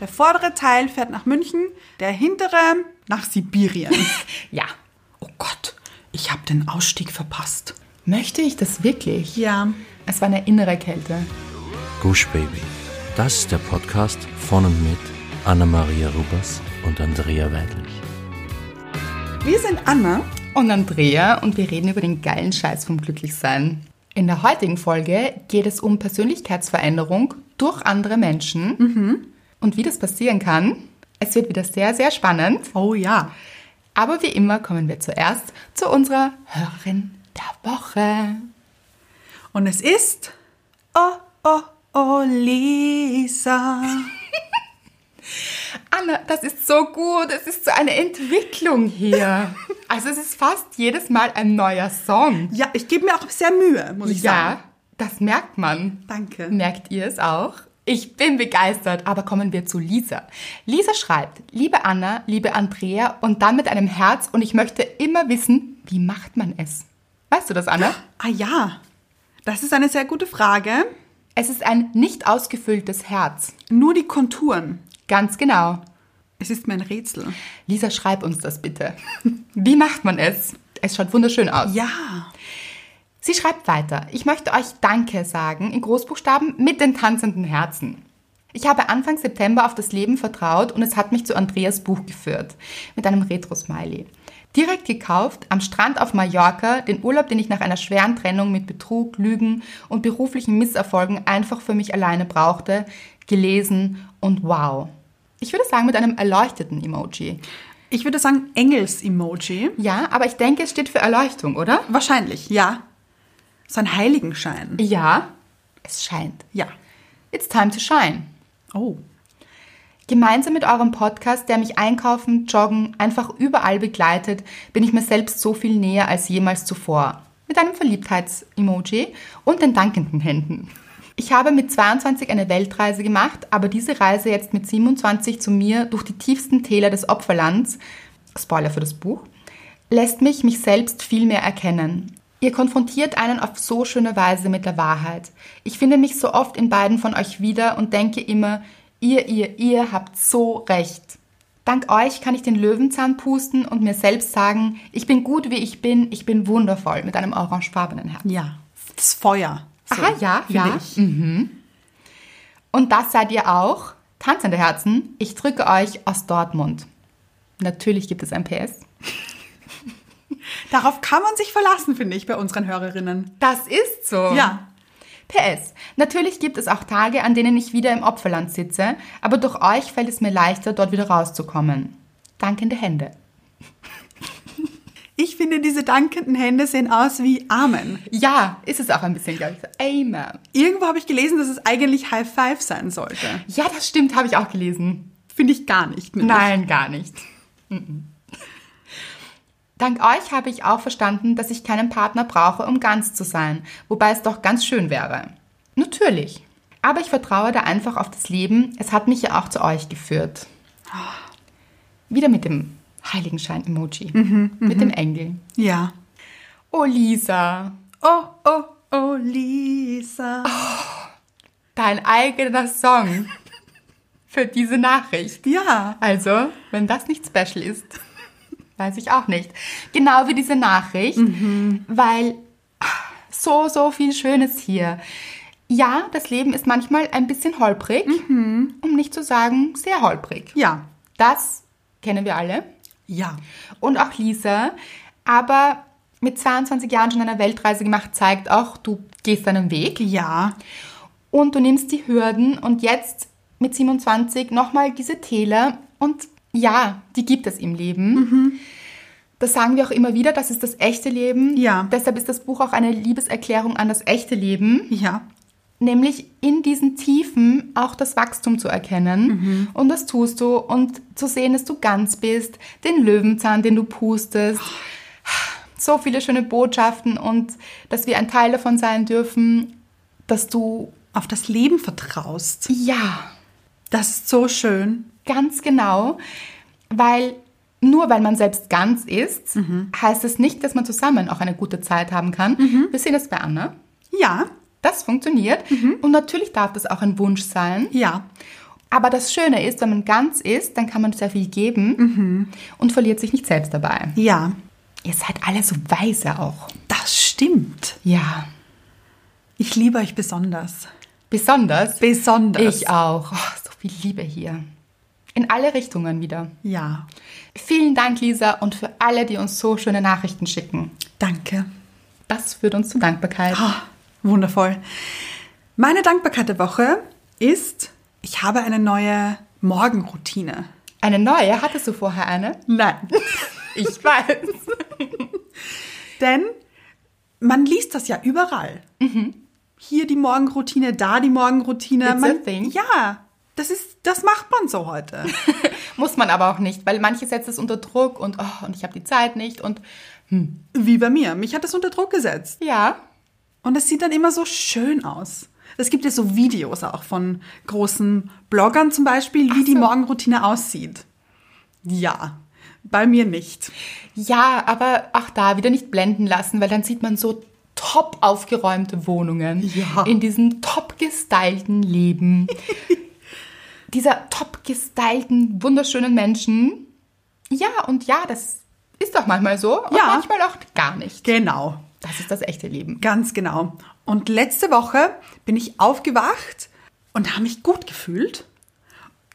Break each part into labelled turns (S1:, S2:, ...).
S1: Der vordere Teil fährt nach München, der hintere nach Sibirien.
S2: Ja.
S1: oh Gott, ich habe den Ausstieg verpasst.
S2: Möchte ich das wirklich?
S1: Ja.
S2: Es war eine innere Kälte.
S3: Gush Baby. Das ist der Podcast von und mit Anna-Maria Rubers und Andrea Weidlich.
S1: Wir sind Anna.
S2: Und Andrea und wir reden über den geilen Scheiß vom Glücklichsein. In der heutigen Folge geht es um Persönlichkeitsveränderung durch andere Menschen
S1: Mhm.
S2: und wie das passieren kann. Es wird wieder sehr, sehr spannend.
S1: Oh ja.
S2: Aber wie immer kommen wir zuerst zu unserer Hörerin der Woche.
S1: Und es ist. Oh, oh, oh, Lisa.
S2: Anna, das ist so gut. Es ist so eine Entwicklung hier. Also es ist fast jedes Mal ein neuer Song.
S1: Ja, ich gebe mir auch sehr Mühe, muss ich sagen.
S2: Ja, das merkt man.
S1: Danke.
S2: Merkt ihr es auch? Ich bin begeistert, aber kommen wir zu Lisa. Lisa schreibt, liebe Anna, liebe Andrea und dann mit einem Herz und ich möchte immer wissen, wie macht man es? Weißt du das, Anna?
S1: Ah ja, das ist eine sehr gute Frage.
S2: Es ist ein nicht ausgefülltes Herz.
S1: Nur die Konturen.
S2: Ganz genau.
S1: Es ist mein Rätsel.
S2: Lisa, schreib uns das bitte. Wie macht man es? Es schaut wunderschön aus.
S1: Ja.
S2: Sie schreibt weiter, ich möchte euch Danke sagen in Großbuchstaben mit den tanzenden Herzen. Ich habe Anfang September auf das Leben vertraut und es hat mich zu Andreas Buch geführt mit einem Retro-Smiley. Direkt gekauft, am Strand auf Mallorca, den Urlaub, den ich nach einer schweren Trennung mit Betrug, Lügen und beruflichen Misserfolgen einfach für mich alleine brauchte, gelesen und wow. Ich würde sagen mit einem erleuchteten Emoji.
S1: Ich würde sagen Engels-Emoji.
S2: Ja, aber ich denke, es steht für Erleuchtung, oder?
S1: Wahrscheinlich, ja. So ein Heiligenschein.
S2: Ja, es scheint.
S1: Ja.
S2: It's time to shine.
S1: Oh.
S2: Gemeinsam mit eurem Podcast, der mich einkaufen, joggen, einfach überall begleitet, bin ich mir selbst so viel näher als jemals zuvor. Mit einem Verliebtheits-Emoji und den dankenden Händen. Ich habe mit 22 eine Weltreise gemacht, aber diese Reise jetzt mit 27 zu mir durch die tiefsten Täler des Opferlands, Spoiler für das Buch, lässt mich mich selbst viel mehr erkennen. Ihr konfrontiert einen auf so schöne Weise mit der Wahrheit. Ich finde mich so oft in beiden von euch wieder und denke immer, ihr, ihr, ihr habt so recht. Dank euch kann ich den Löwenzahn pusten und mir selbst sagen, ich bin gut wie ich bin, ich bin wundervoll mit einem orangefarbenen Herz.
S1: Ja. Das Feuer. Mhm.
S2: Aha, ja,
S1: finde
S2: ja.
S1: Ich.
S2: Und das seid ihr auch. Tanzende Herzen, ich drücke euch aus Dortmund. Natürlich gibt es ein PS.
S1: Darauf kann man sich verlassen, finde ich, bei unseren Hörerinnen.
S2: Das ist so.
S1: Ja.
S2: PS. Natürlich gibt es auch Tage, an denen ich wieder im Opferland sitze, aber durch euch fällt es mir leichter, dort wieder rauszukommen. Dankende Hände.
S1: Ich finde, diese dankenden Hände sehen aus wie Amen.
S2: Ja, ist es auch ein bisschen gleich. Amen.
S1: Irgendwo habe ich gelesen, dass es eigentlich High Five sein sollte.
S2: Ja, das stimmt, habe ich auch gelesen.
S1: Finde ich gar nicht. nämlich.
S2: Nein, gar nicht. Mhm. Dank euch habe ich auch verstanden, dass ich keinen Partner brauche, um ganz zu sein, wobei es doch ganz schön wäre. Natürlich. Aber ich vertraue da einfach auf das Leben. Es hat mich ja auch zu euch geführt. Wieder mit dem Heiligenschein-Emoji. mit dem Engel.
S1: Ja.
S2: Oh, Lisa.
S1: Oh, oh, oh, Lisa.
S2: Oh. Dein eigener Song. Für diese Nachricht.
S1: Ja.
S2: Also, wenn das nicht special ist, weiß ich auch nicht. Genau wie diese Nachricht, weil ah, so, so viel Schönes hier. Ja, das Leben ist manchmal ein bisschen holprig, um nicht zu sagen sehr holprig.
S1: Ja.
S2: Das kennen wir alle
S1: Ja.
S2: und auch Lisa. Aber mit 22 Jahren schon eine Weltreise gemacht, zeigt auch, du gehst deinen Weg.
S1: Ja.
S2: Und du nimmst die Hürden und jetzt mit 27 nochmal diese Täler und ja, die gibt es im Leben. Das sagen wir auch immer wieder, das ist das echte Leben.
S1: Ja.
S2: Deshalb ist das Buch auch eine Liebeserklärung an das echte Leben,
S1: Ja.
S2: nämlich in diesen Tiefen auch das Wachstum zu erkennen. Und das tust du und zu sehen, dass du ganz bist, den Löwenzahn, den du pustest. So viele schöne Botschaften und dass wir ein Teil davon sein dürfen, dass du
S1: Auf das Leben vertraust.
S2: ja,
S1: Das ist so schön.
S2: ganz genau, weil nur weil man selbst ganz ist, heißt es nicht, dass man zusammen auch eine gute Zeit haben kann. Wir sehen das bei Anna.
S1: Ja.
S2: Das funktioniert. Und natürlich darf das auch ein Wunsch sein.
S1: Ja.
S2: Aber das Schöne ist, wenn man ganz ist, dann kann man sehr viel geben und verliert sich nicht selbst dabei.
S1: Ja,
S2: Ihr seid alle so weise auch.
S1: das stimmt.
S2: Ja,
S1: Ich liebe euch besonders.
S2: besonders.
S1: Besonders.
S2: Ich auch. Oh, so viel Liebe hier. In alle Richtungen wieder.
S1: Ja,
S2: Vielen Dank, Lisa, und für alle, die uns so schöne Nachrichten schicken.
S1: danke.
S2: Das führt uns zur Dankbarkeit.
S1: Ah, wundervoll. Meine Dankbarkeit der Woche ist, ich habe eine neue Morgenroutine.
S2: Eine neue, hattest du vorher eine?
S1: Nein.
S2: Ich weiß.
S1: Denn man liest das ja überall. Hier die Morgenroutine, da die Morgenroutine.
S2: Mhm. It's a
S1: man,
S2: thing.
S1: Ja, das ist, das macht man so heute.
S2: Muss man aber auch nicht, weil manche setzen es unter Druck und, oh, und ich habe die Zeit nicht und
S1: Wie bei mir. Mich hat das unter Druck gesetzt.
S2: ja,
S1: Und es sieht dann immer so schön aus. Es gibt ja so Videos auch von großen Bloggern zum Beispiel, wie die Morgenroutine aussieht. Ja, bei mir nicht.
S2: ja, aber auch da wieder nicht blenden lassen, weil dann sieht man so top aufgeräumte Wohnungen
S1: Ja.
S2: in diesem top gestylten Leben. Dieser top gestylten, wunderschönen Menschen. Ja, und ja, das ist doch manchmal so und
S1: Ja.
S2: manchmal auch gar nicht.
S1: Genau,
S2: Das ist das echte Leben.
S1: ganz genau. Und letzte Woche bin ich aufgewacht und habe mich gut gefühlt.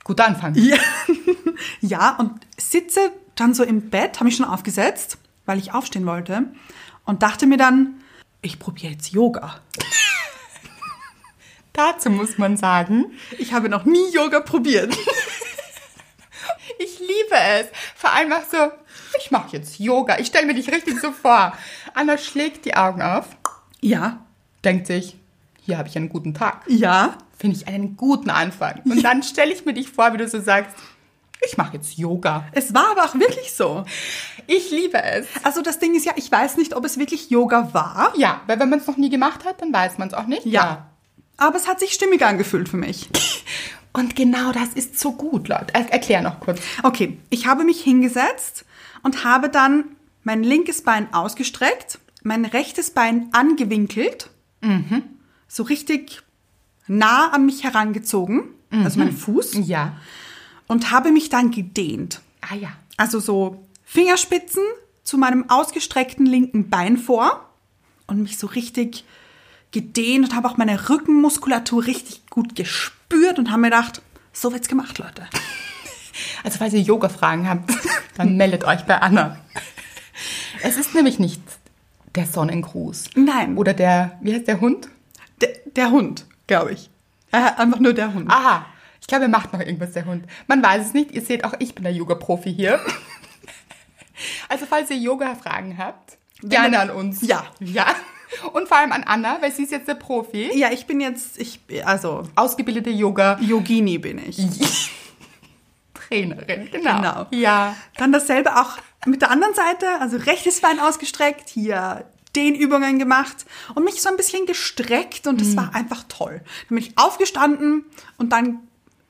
S2: Guter Anfang.
S1: Ja. ja, und sitze dann so im Bett, habe mich schon aufgesetzt, weil ich aufstehen wollte und dachte mir dann, ich probiere jetzt Yoga.
S2: Dazu muss man sagen,
S1: Ich habe noch nie Yoga probiert.
S2: Ich liebe es. Vor allem auch so, ich mache jetzt Yoga. Ich stelle mir dich richtig so vor. Anna schlägt die Augen auf,
S1: Ja,
S2: denkt sich, hier habe ich einen guten Tag.
S1: ja,
S2: Finde ich einen guten Anfang. Und dann stelle ich mir dich vor, wie du so sagst, ich mache jetzt Yoga.
S1: Es war aber auch wirklich so.
S2: Ich liebe es.
S1: Also das Ding ist ja, ich weiß nicht, ob es wirklich Yoga war,
S2: Ja, weil wenn man es noch nie gemacht hat, dann weiß man es auch nicht.
S1: Ja. aber es hat sich stimmig angefühlt für mich.
S2: Und genau das ist so gut, Leute. Er erklär noch kurz.
S1: Okay, ich habe mich hingesetzt und habe dann mein linkes Bein ausgestreckt, mein rechtes Bein angewinkelt, so richtig nah an mich herangezogen, also mein Fuß,
S2: Ja.
S1: und habe mich dann gedehnt.
S2: Ah ja.
S1: Also so Fingerspitzen zu meinem ausgestreckten linken Bein vor und mich so richtig gedehnt und habe auch meine Rückenmuskulatur richtig gut gespürt und habe mir gedacht, so wird's gemacht, Leute.
S2: Also falls ihr Yoga-Fragen habt, dann meldet euch bei Anna. Es ist nämlich nicht der Sonnengruß.
S1: Nein.
S2: Oder der, wie heißt der Hund?
S1: Der, der Hund, glaube ich. Äh, einfach nur der Hund.
S2: Aha, ich glaube, er macht noch irgendwas, der Hund. Man weiß es nicht. Ihr seht, auch ich bin der Yoga-Profi hier. Also falls ihr Yoga-Fragen habt, gerne an uns.
S1: Ja.
S2: Ja. Und vor allem an Anna, weil sie ist jetzt der Profi.
S1: Ja, ich bin jetzt, ich, also
S2: Ausgebildete Yoga.
S1: Yogini bin ich.
S2: Trainerin, genau.
S1: Genau.
S2: Ja.
S1: Dann dasselbe auch mit der anderen Seite, also rechtes Bein ausgestreckt, hier den Übungen gemacht und mich so ein bisschen gestreckt und das
S2: Hm.
S1: war einfach toll. Dann bin ich aufgestanden und dann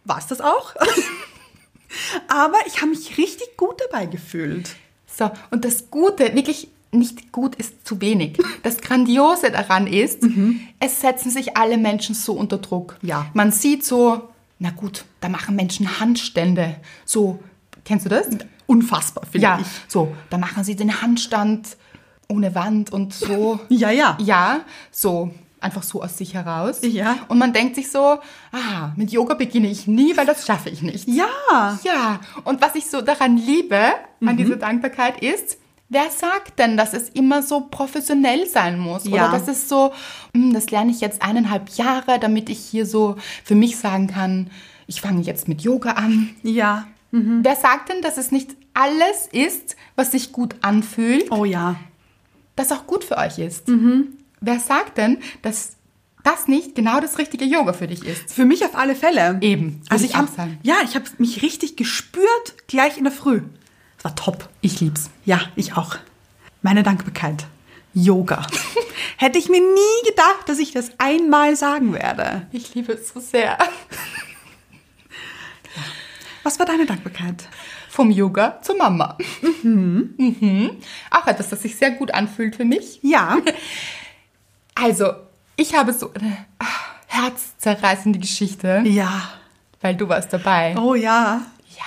S1: war es das auch. Aber ich habe mich richtig gut dabei gefühlt.
S2: So, und das Gute, wirklich nicht gut ist zu wenig. Das Grandiose daran ist, es setzen sich alle Menschen so unter Druck.
S1: Mhm. Ja.
S2: Man sieht so, na gut, da machen Menschen Handstände. So, kennst du das?
S1: Unfassbar, finde
S2: Ja,
S1: ich.
S2: so, da machen sie den Handstand ohne Wand und so.
S1: Ja, ja.
S2: Ja, so, einfach so aus sich heraus.
S1: Ja.
S2: Und man denkt sich so, ah, mit Yoga beginne ich nie, weil das schaffe ich nicht.
S1: Ja,
S2: Ja, und was ich so daran liebe, an dieser Dankbarkeit ist, wer sagt denn, dass es immer so professionell sein muss?
S1: Ja.
S2: Oder dass es so, "Hm, das lerne ich jetzt eineinhalb Jahre, damit ich hier so für mich sagen kann, ich fange jetzt mit Yoga an.
S1: ja.
S2: Wer sagt denn, dass es nicht alles ist, was sich gut anfühlt,
S1: Oh ja.
S2: das auch gut für euch ist? Wer sagt denn, dass das nicht genau das richtige Yoga für dich ist?
S1: Für mich auf alle Fälle.
S2: Eben, würde
S1: Also
S2: ich
S1: ich
S2: auch
S1: habe
S2: sagen.
S1: ja, ich habe mich richtig gespürt gleich in der Früh. Das war top.
S2: Ich lieb's.
S1: Ja, ich auch. Meine Dankbarkeit. Yoga. Hätte ich mir nie gedacht, dass ich das einmal sagen werde.
S2: Ich liebe es so sehr.
S1: Was war deine Dankbarkeit?
S2: Vom Yoga zur Mama. Mhm. Auch etwas, das sich sehr gut anfühlt für mich.
S1: Ja,
S2: Also, ich habe so eine ah, herzzerreißende Geschichte.
S1: ja,
S2: weil du warst dabei.
S1: Oh ja.
S2: Ja,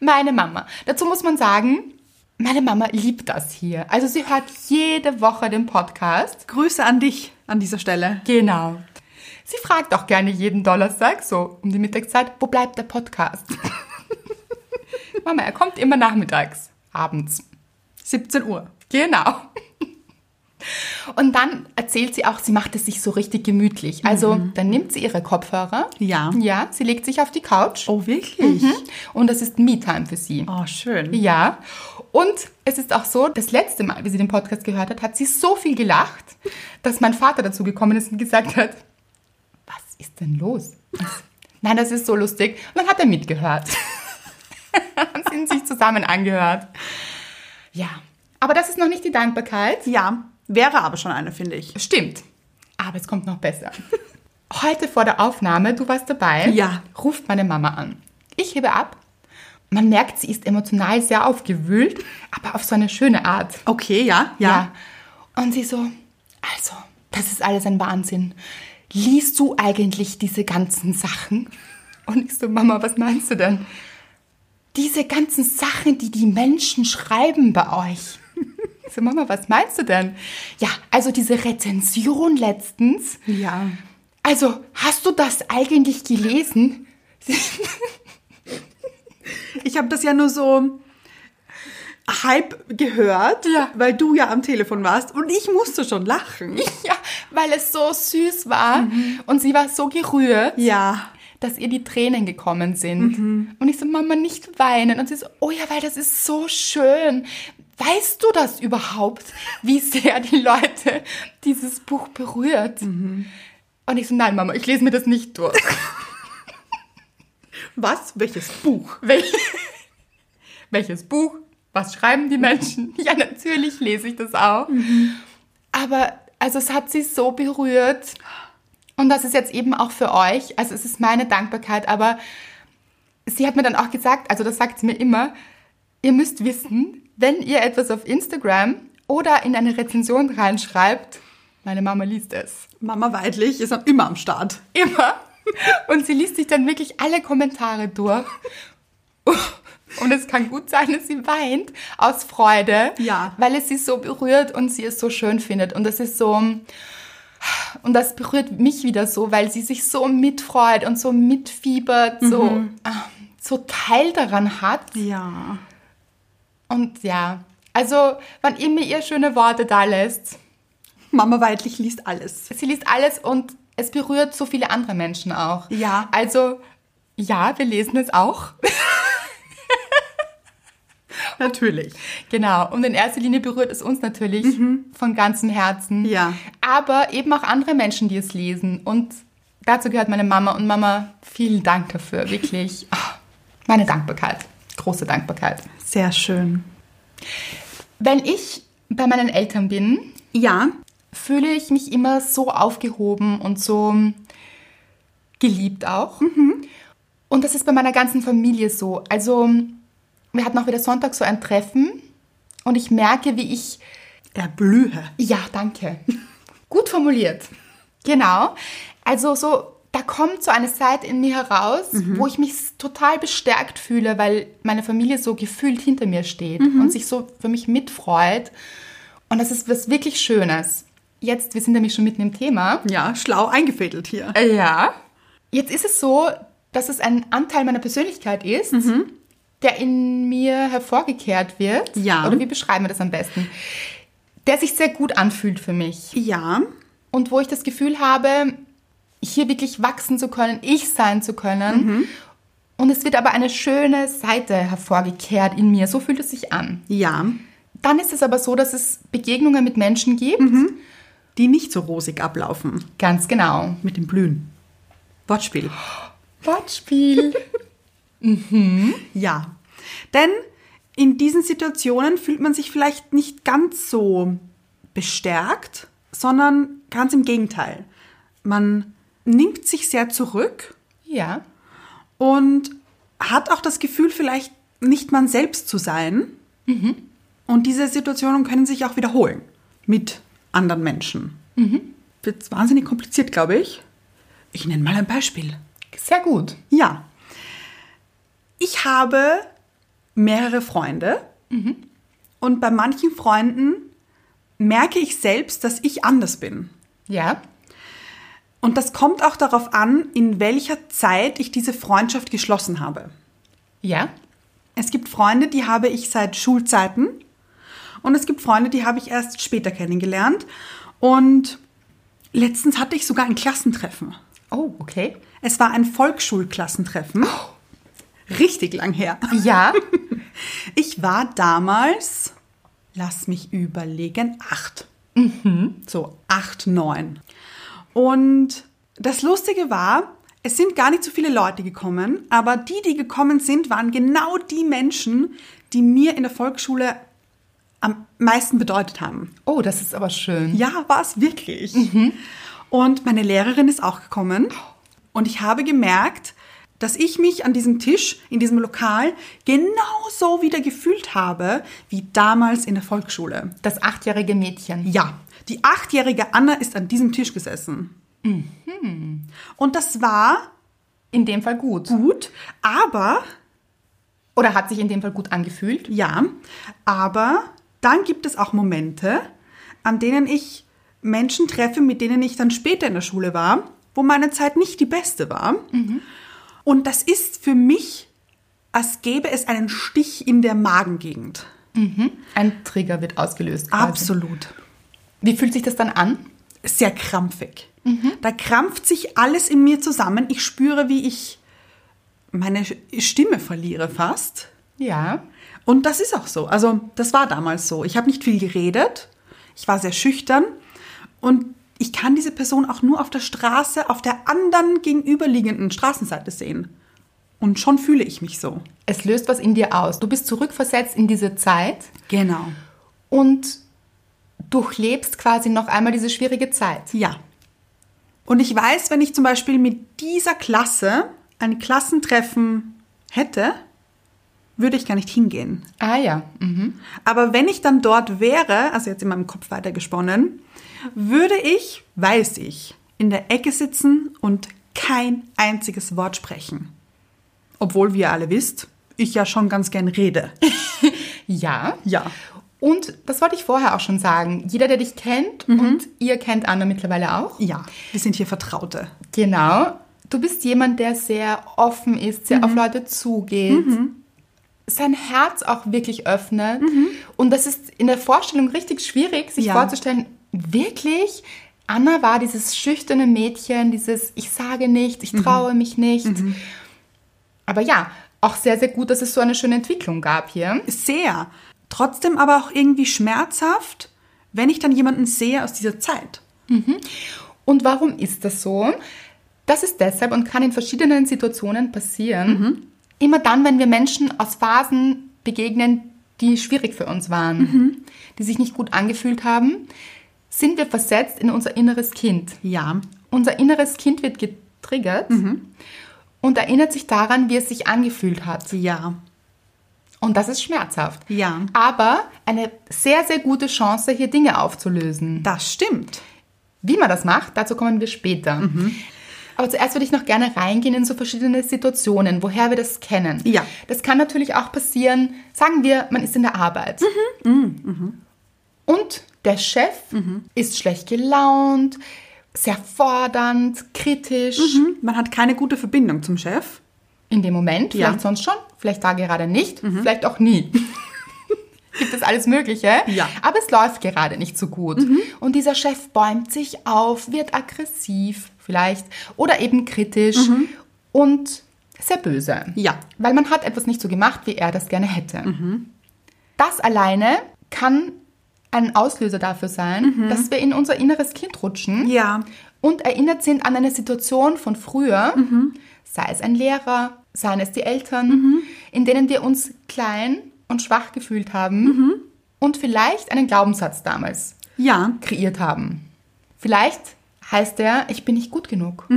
S2: meine Mama. Dazu muss man sagen, meine Mama liebt das hier. Also sie hört jede Woche den Podcast.
S1: Grüße an dich an dieser Stelle.
S2: Genau. Sie fragt auch gerne jeden Donnerstag, so um die Mittagszeit, wo bleibt der Podcast? Mama, er kommt immer nachmittags, abends.
S1: 17 Uhr.
S2: Genau. Und dann erzählt sie auch, sie macht es sich so richtig gemütlich. Also dann nimmt sie ihre Kopfhörer.
S1: Ja.
S2: Ja, sie legt sich auf die Couch.
S1: Oh, wirklich?
S2: Und das ist Me-Time für sie.
S1: Oh, schön.
S2: Ja. Und es ist auch so, das letzte Mal, wie sie den Podcast gehört hat, hat sie so viel gelacht, dass mein Vater dazu gekommen ist und gesagt hat, was ist denn los? Nein, das ist so lustig. Und dann hat er mitgehört. Haben sie ihn sich zusammen angehört. Ja. Aber das ist noch nicht die Dankbarkeit.
S1: Ja, wäre aber schon eine, finde ich.
S2: Stimmt. Aber es kommt noch besser. Heute vor der Aufnahme, du warst dabei,
S1: Ja.
S2: ruft meine Mama an. Ich hebe ab. Man merkt, sie ist emotional sehr aufgewühlt, aber auf so eine schöne Art.
S1: Okay, ja, ja.
S2: Und sie so, also, das ist alles ein Wahnsinn. Liest du eigentlich diese ganzen Sachen? Und ich so, Mama, was meinst du denn? Diese ganzen Sachen, die die Menschen schreiben bei euch. Ich so, Mama, was meinst du denn? Ja, also diese Rezension letztens.
S1: Ja.
S2: Also, hast du das eigentlich gelesen?
S1: Ich habe das ja nur so halb gehört,
S2: Ja.
S1: weil du ja am Telefon warst und ich musste schon lachen.
S2: Ja, weil es so süß war und sie war so gerührt.
S1: Ja.
S2: dass ihr die Tränen gekommen sind. Und ich so, Mama, nicht weinen. Und sie so, oh ja, weil das ist so schön. Weißt du das überhaupt, wie sehr die Leute dieses Buch berührt? Und ich so, nein, Mama, ich lese mir das nicht durch.
S1: Was? Welches Buch?
S2: Wel Welches Buch? Was schreiben die Menschen? Ja, natürlich lese ich das auch. Aber also es hat sie so berührt. Und das ist jetzt eben auch für euch. Also es ist meine Dankbarkeit, aber sie hat mir dann auch gesagt, also das sagt sie mir immer, ihr müsst wissen, wenn ihr etwas auf Instagram oder in eine Rezension reinschreibt, meine Mama liest es
S1: Mama Weidlich ist immer am Start.
S2: immer. Und sie liest sich dann wirklich alle Kommentare durch. Und es kann gut sein, dass sie weint aus Freude,
S1: Ja.
S2: weil es sie so berührt und sie es so schön findet. Und das ist so, und das berührt mich wieder so, weil sie sich so mitfreut und so mitfiebert, so, ah, so Teil daran hat.
S1: Ja.
S2: Und ja, also wann immer ihr schöne Worte da lässt,
S1: Mama Weidlich liest alles.
S2: sie liest alles und es berührt so viele andere Menschen auch.
S1: Ja.
S2: Also, ja, wir lesen es auch.
S1: Natürlich. Mhm.
S2: Genau. Und in erster Linie berührt es uns natürlich von ganzem Herzen.
S1: Ja.
S2: Aber eben auch andere Menschen, die es lesen. Und dazu gehört meine Mama. Und Mama, vielen Dank dafür. Wirklich. Ah, Meine Dankbarkeit. Große Dankbarkeit.
S1: Sehr schön.
S2: Wenn ich bei meinen Eltern bin,
S1: Ja.
S2: fühle ich mich immer so aufgehoben und so geliebt auch. Und das ist bei meiner ganzen Familie so. Also wir hatten auch wieder Sonntag so ein Treffen und ich merke, wie ich,
S1: Erblühe.
S2: ja, danke, gut formuliert. Genau. Also so, da kommt so eine Zeit in mir heraus, wo ich mich total bestärkt fühle, weil meine Familie so gefühlt hinter mir steht und sich so für mich mitfreut. Und das ist was wirklich Schönes. Jetzt, wir sind nämlich schon mitten im Thema.
S1: Ja, schlau eingefädelt hier.
S2: Ja. Jetzt ist es so, dass es ein Anteil meiner Persönlichkeit ist, der in mir hervorgekehrt wird.
S1: Ja.
S2: Oder wie beschreiben wir das am besten? Der sich sehr gut anfühlt für mich.
S1: Ja.
S2: Und wo ich das Gefühl habe, hier wirklich wachsen zu können, ich sein zu können.
S1: Mhm.
S2: Und es wird aber eine schöne Seite hervorgekehrt in mir. So fühlt es sich an.
S1: Ja.
S2: Dann ist es aber so, dass es Begegnungen mit Menschen gibt.
S1: Mhm. Die nicht so rosig ablaufen.
S2: Ganz genau.
S1: Mit dem Blühen. Wortspiel.
S2: Wortspiel.
S1: Ja. Denn in diesen Situationen fühlt man sich vielleicht nicht ganz so bestärkt, sondern ganz im Gegenteil. Man nimmt sich sehr zurück
S2: ja.
S1: und hat auch das Gefühl, vielleicht nicht man selbst zu sein. Und diese Situationen können sich auch wiederholen mit anderen Menschen. Wird wahnsinnig kompliziert, glaube ich. Ich nenne mal ein Beispiel.
S2: Sehr gut.
S1: Ja, Ich habe mehrere Freunde und bei manchen Freunden merke ich selbst, dass ich anders bin.
S2: Ja.
S1: Und das kommt auch darauf an, in welcher Zeit ich diese Freundschaft geschlossen habe.
S2: Ja.
S1: Es gibt Freunde, die habe ich seit Schulzeiten und es gibt Freunde, die habe ich erst später kennengelernt. Und letztens hatte ich sogar ein Klassentreffen.
S2: Oh, okay.
S1: Es war ein Volksschulklassentreffen. Richtig lang her.
S2: Ja.
S1: Ich war damals, lass mich überlegen, acht. So, acht, neun. Und das Lustige war, es sind gar nicht so viele Leute gekommen, aber die, die gekommen sind, waren genau die Menschen, die mir in der Volksschule am meisten bedeutet haben.
S2: Oh, das ist aber schön.
S1: Ja, war es wirklich. Und meine Lehrerin ist auch gekommen und ich habe gemerkt, dass ich mich an diesem Tisch, in diesem Lokal, genauso wieder gefühlt habe wie damals in der Volksschule.
S2: Das achtjährige Mädchen.
S1: Ja, die achtjährige Anna ist an diesem Tisch gesessen. Und das war
S2: In dem Fall gut.
S1: gut, aber
S2: Oder hat sich in dem Fall gut angefühlt.
S1: Ja, aber dann gibt es auch Momente, an denen ich Menschen treffe, mit denen ich dann später in der Schule war, wo meine Zeit nicht die beste war. Und das ist für mich, als gäbe es einen Stich in der Magengegend. Also
S2: Ein Trigger wird ausgelöst. Quasi.
S1: Absolut.
S2: Wie fühlt sich das dann an?
S1: Sehr krampfig. Da krampft sich alles in mir zusammen. Ich spüre, wie ich meine Stimme verliere fast.
S2: Ja.
S1: Und das ist auch so. Also das war damals so. Ich habe nicht viel geredet. Ich war sehr schüchtern. Und ich kann diese Person auch nur auf der Straße, auf der anderen gegenüberliegenden Straßenseite sehen. Und schon fühle ich mich so.
S2: Es löst was in dir aus. Du bist zurückversetzt in diese Zeit
S1: Genau.
S2: und durchlebst quasi noch einmal diese schwierige Zeit.
S1: Ja. Und ich weiß, wenn ich zum Beispiel mit dieser Klasse ein Klassentreffen hätte, würde ich gar nicht hingehen.
S2: Ah ja. Mhm.
S1: Aber wenn ich dann dort wäre, also jetzt in meinem Kopf weitergesponnen, würde ich, weiß ich, in der Ecke sitzen und kein einziges Wort sprechen. Obwohl, wie ihr alle wisst, ich ja schon ganz gern rede.
S2: Ja.
S1: Ja.
S2: Und das wollte ich vorher auch schon sagen. Jeder, der dich kennt und ihr kennt Anna mittlerweile auch.
S1: Ja, wir sind hier Vertraute.
S2: Genau. Du bist jemand, der sehr offen ist, sehr auf Leute zugeht, sein Herz auch wirklich öffnet. Und das ist in der Vorstellung richtig schwierig, sich
S1: Ja.
S2: vorzustellen, wirklich, Anna war dieses schüchterne Mädchen, dieses Ich sage nicht, ich traue mich nicht. Aber ja, auch sehr, sehr gut, dass es so eine schöne Entwicklung gab hier.
S1: Sehr. Trotzdem aber auch irgendwie schmerzhaft, wenn ich dann jemanden sehe aus dieser Zeit.
S2: Und warum ist das so? Das ist deshalb und kann in verschiedenen Situationen passieren. Immer dann, wenn wir Menschen aus Phasen begegnen, die schwierig für uns waren, die sich nicht gut angefühlt haben, sind wir versetzt in unser inneres Kind.
S1: Ja.
S2: Unser inneres Kind wird getriggert und erinnert sich daran, wie es sich angefühlt hat.
S1: Ja.
S2: Und das ist schmerzhaft.
S1: Ja.
S2: Aber eine sehr, sehr gute Chance, hier Dinge aufzulösen.
S1: Das stimmt.
S2: Wie man das macht, dazu kommen wir später.
S1: Mhm.
S2: Aber zuerst würde ich noch gerne reingehen in so verschiedene Situationen, woher wir das kennen.
S1: Ja.
S2: Das kann natürlich auch passieren, sagen wir, man ist in der Arbeit.
S1: Mhm.
S2: Und der Chef ist schlecht gelaunt, sehr fordernd, kritisch.
S1: Mhm. Man hat keine gute Verbindung zum Chef.
S2: In dem Moment,
S1: Ja. Mhm.
S2: vielleicht sonst schon, vielleicht da gerade nicht, vielleicht auch nie. Gibt es alles Mögliche.
S1: Ja. Mhm.
S2: Aber es läuft gerade nicht so gut. Und dieser Chef bäumt sich auf, wird aggressiv vielleicht oder eben kritisch und sehr böse.
S1: Mhm. Ja.
S2: Weil man hat etwas nicht so gemacht, wie er das gerne hätte.
S1: Mhm.
S2: Das alleine kann ein Auslöser dafür sein,
S1: Mhm.
S2: dass wir in unser inneres Kind rutschen
S1: Ja.
S2: und erinnert sind an eine Situation von früher, sei es ein Lehrer, seien es die Eltern, in denen wir uns klein und schwach gefühlt haben und vielleicht einen Glaubenssatz damals
S1: Ja.
S2: kreiert haben. Vielleicht heißt er, ich bin nicht gut genug.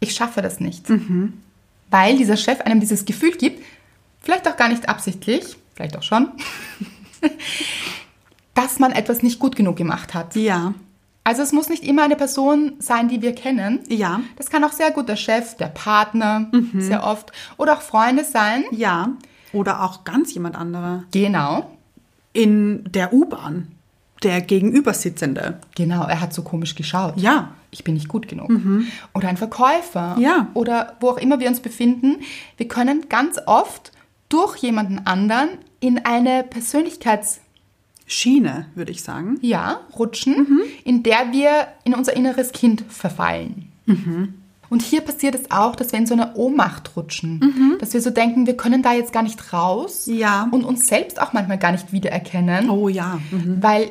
S2: Ich schaffe das nicht. Weil dieser Chef einem dieses Gefühl gibt, vielleicht auch gar nicht absichtlich, vielleicht auch schon, dass man etwas nicht gut genug gemacht hat.
S1: Ja.
S2: Also es muss nicht immer eine Person sein, die wir kennen.
S1: Ja. Mhm.
S2: Das kann auch sehr gut der Chef, der Partner, sehr oft. Oder auch Freunde sein.
S1: Ja. Oder auch ganz jemand anderer.
S2: Genau.
S1: In der U-Bahn. Der Gegenübersitzende.
S2: Genau, er hat so komisch geschaut.
S1: Ja. Mhm.
S2: Ich bin nicht gut genug. Oder ein Verkäufer.
S1: Ja.
S2: Oder wo auch immer wir uns befinden. Wir können ganz oft durch jemanden anderen in eine Persönlichkeits-
S1: Schiene, würde ich sagen.
S2: ja, rutschen, in der wir in unser inneres Kind verfallen. Und hier passiert es auch, dass wir in so eine Ohnmacht rutschen. Dass wir so denken, wir können da jetzt gar nicht raus
S1: Ja.
S2: und uns selbst auch manchmal gar nicht wiedererkennen.
S1: Oh ja. Mhm.
S2: Weil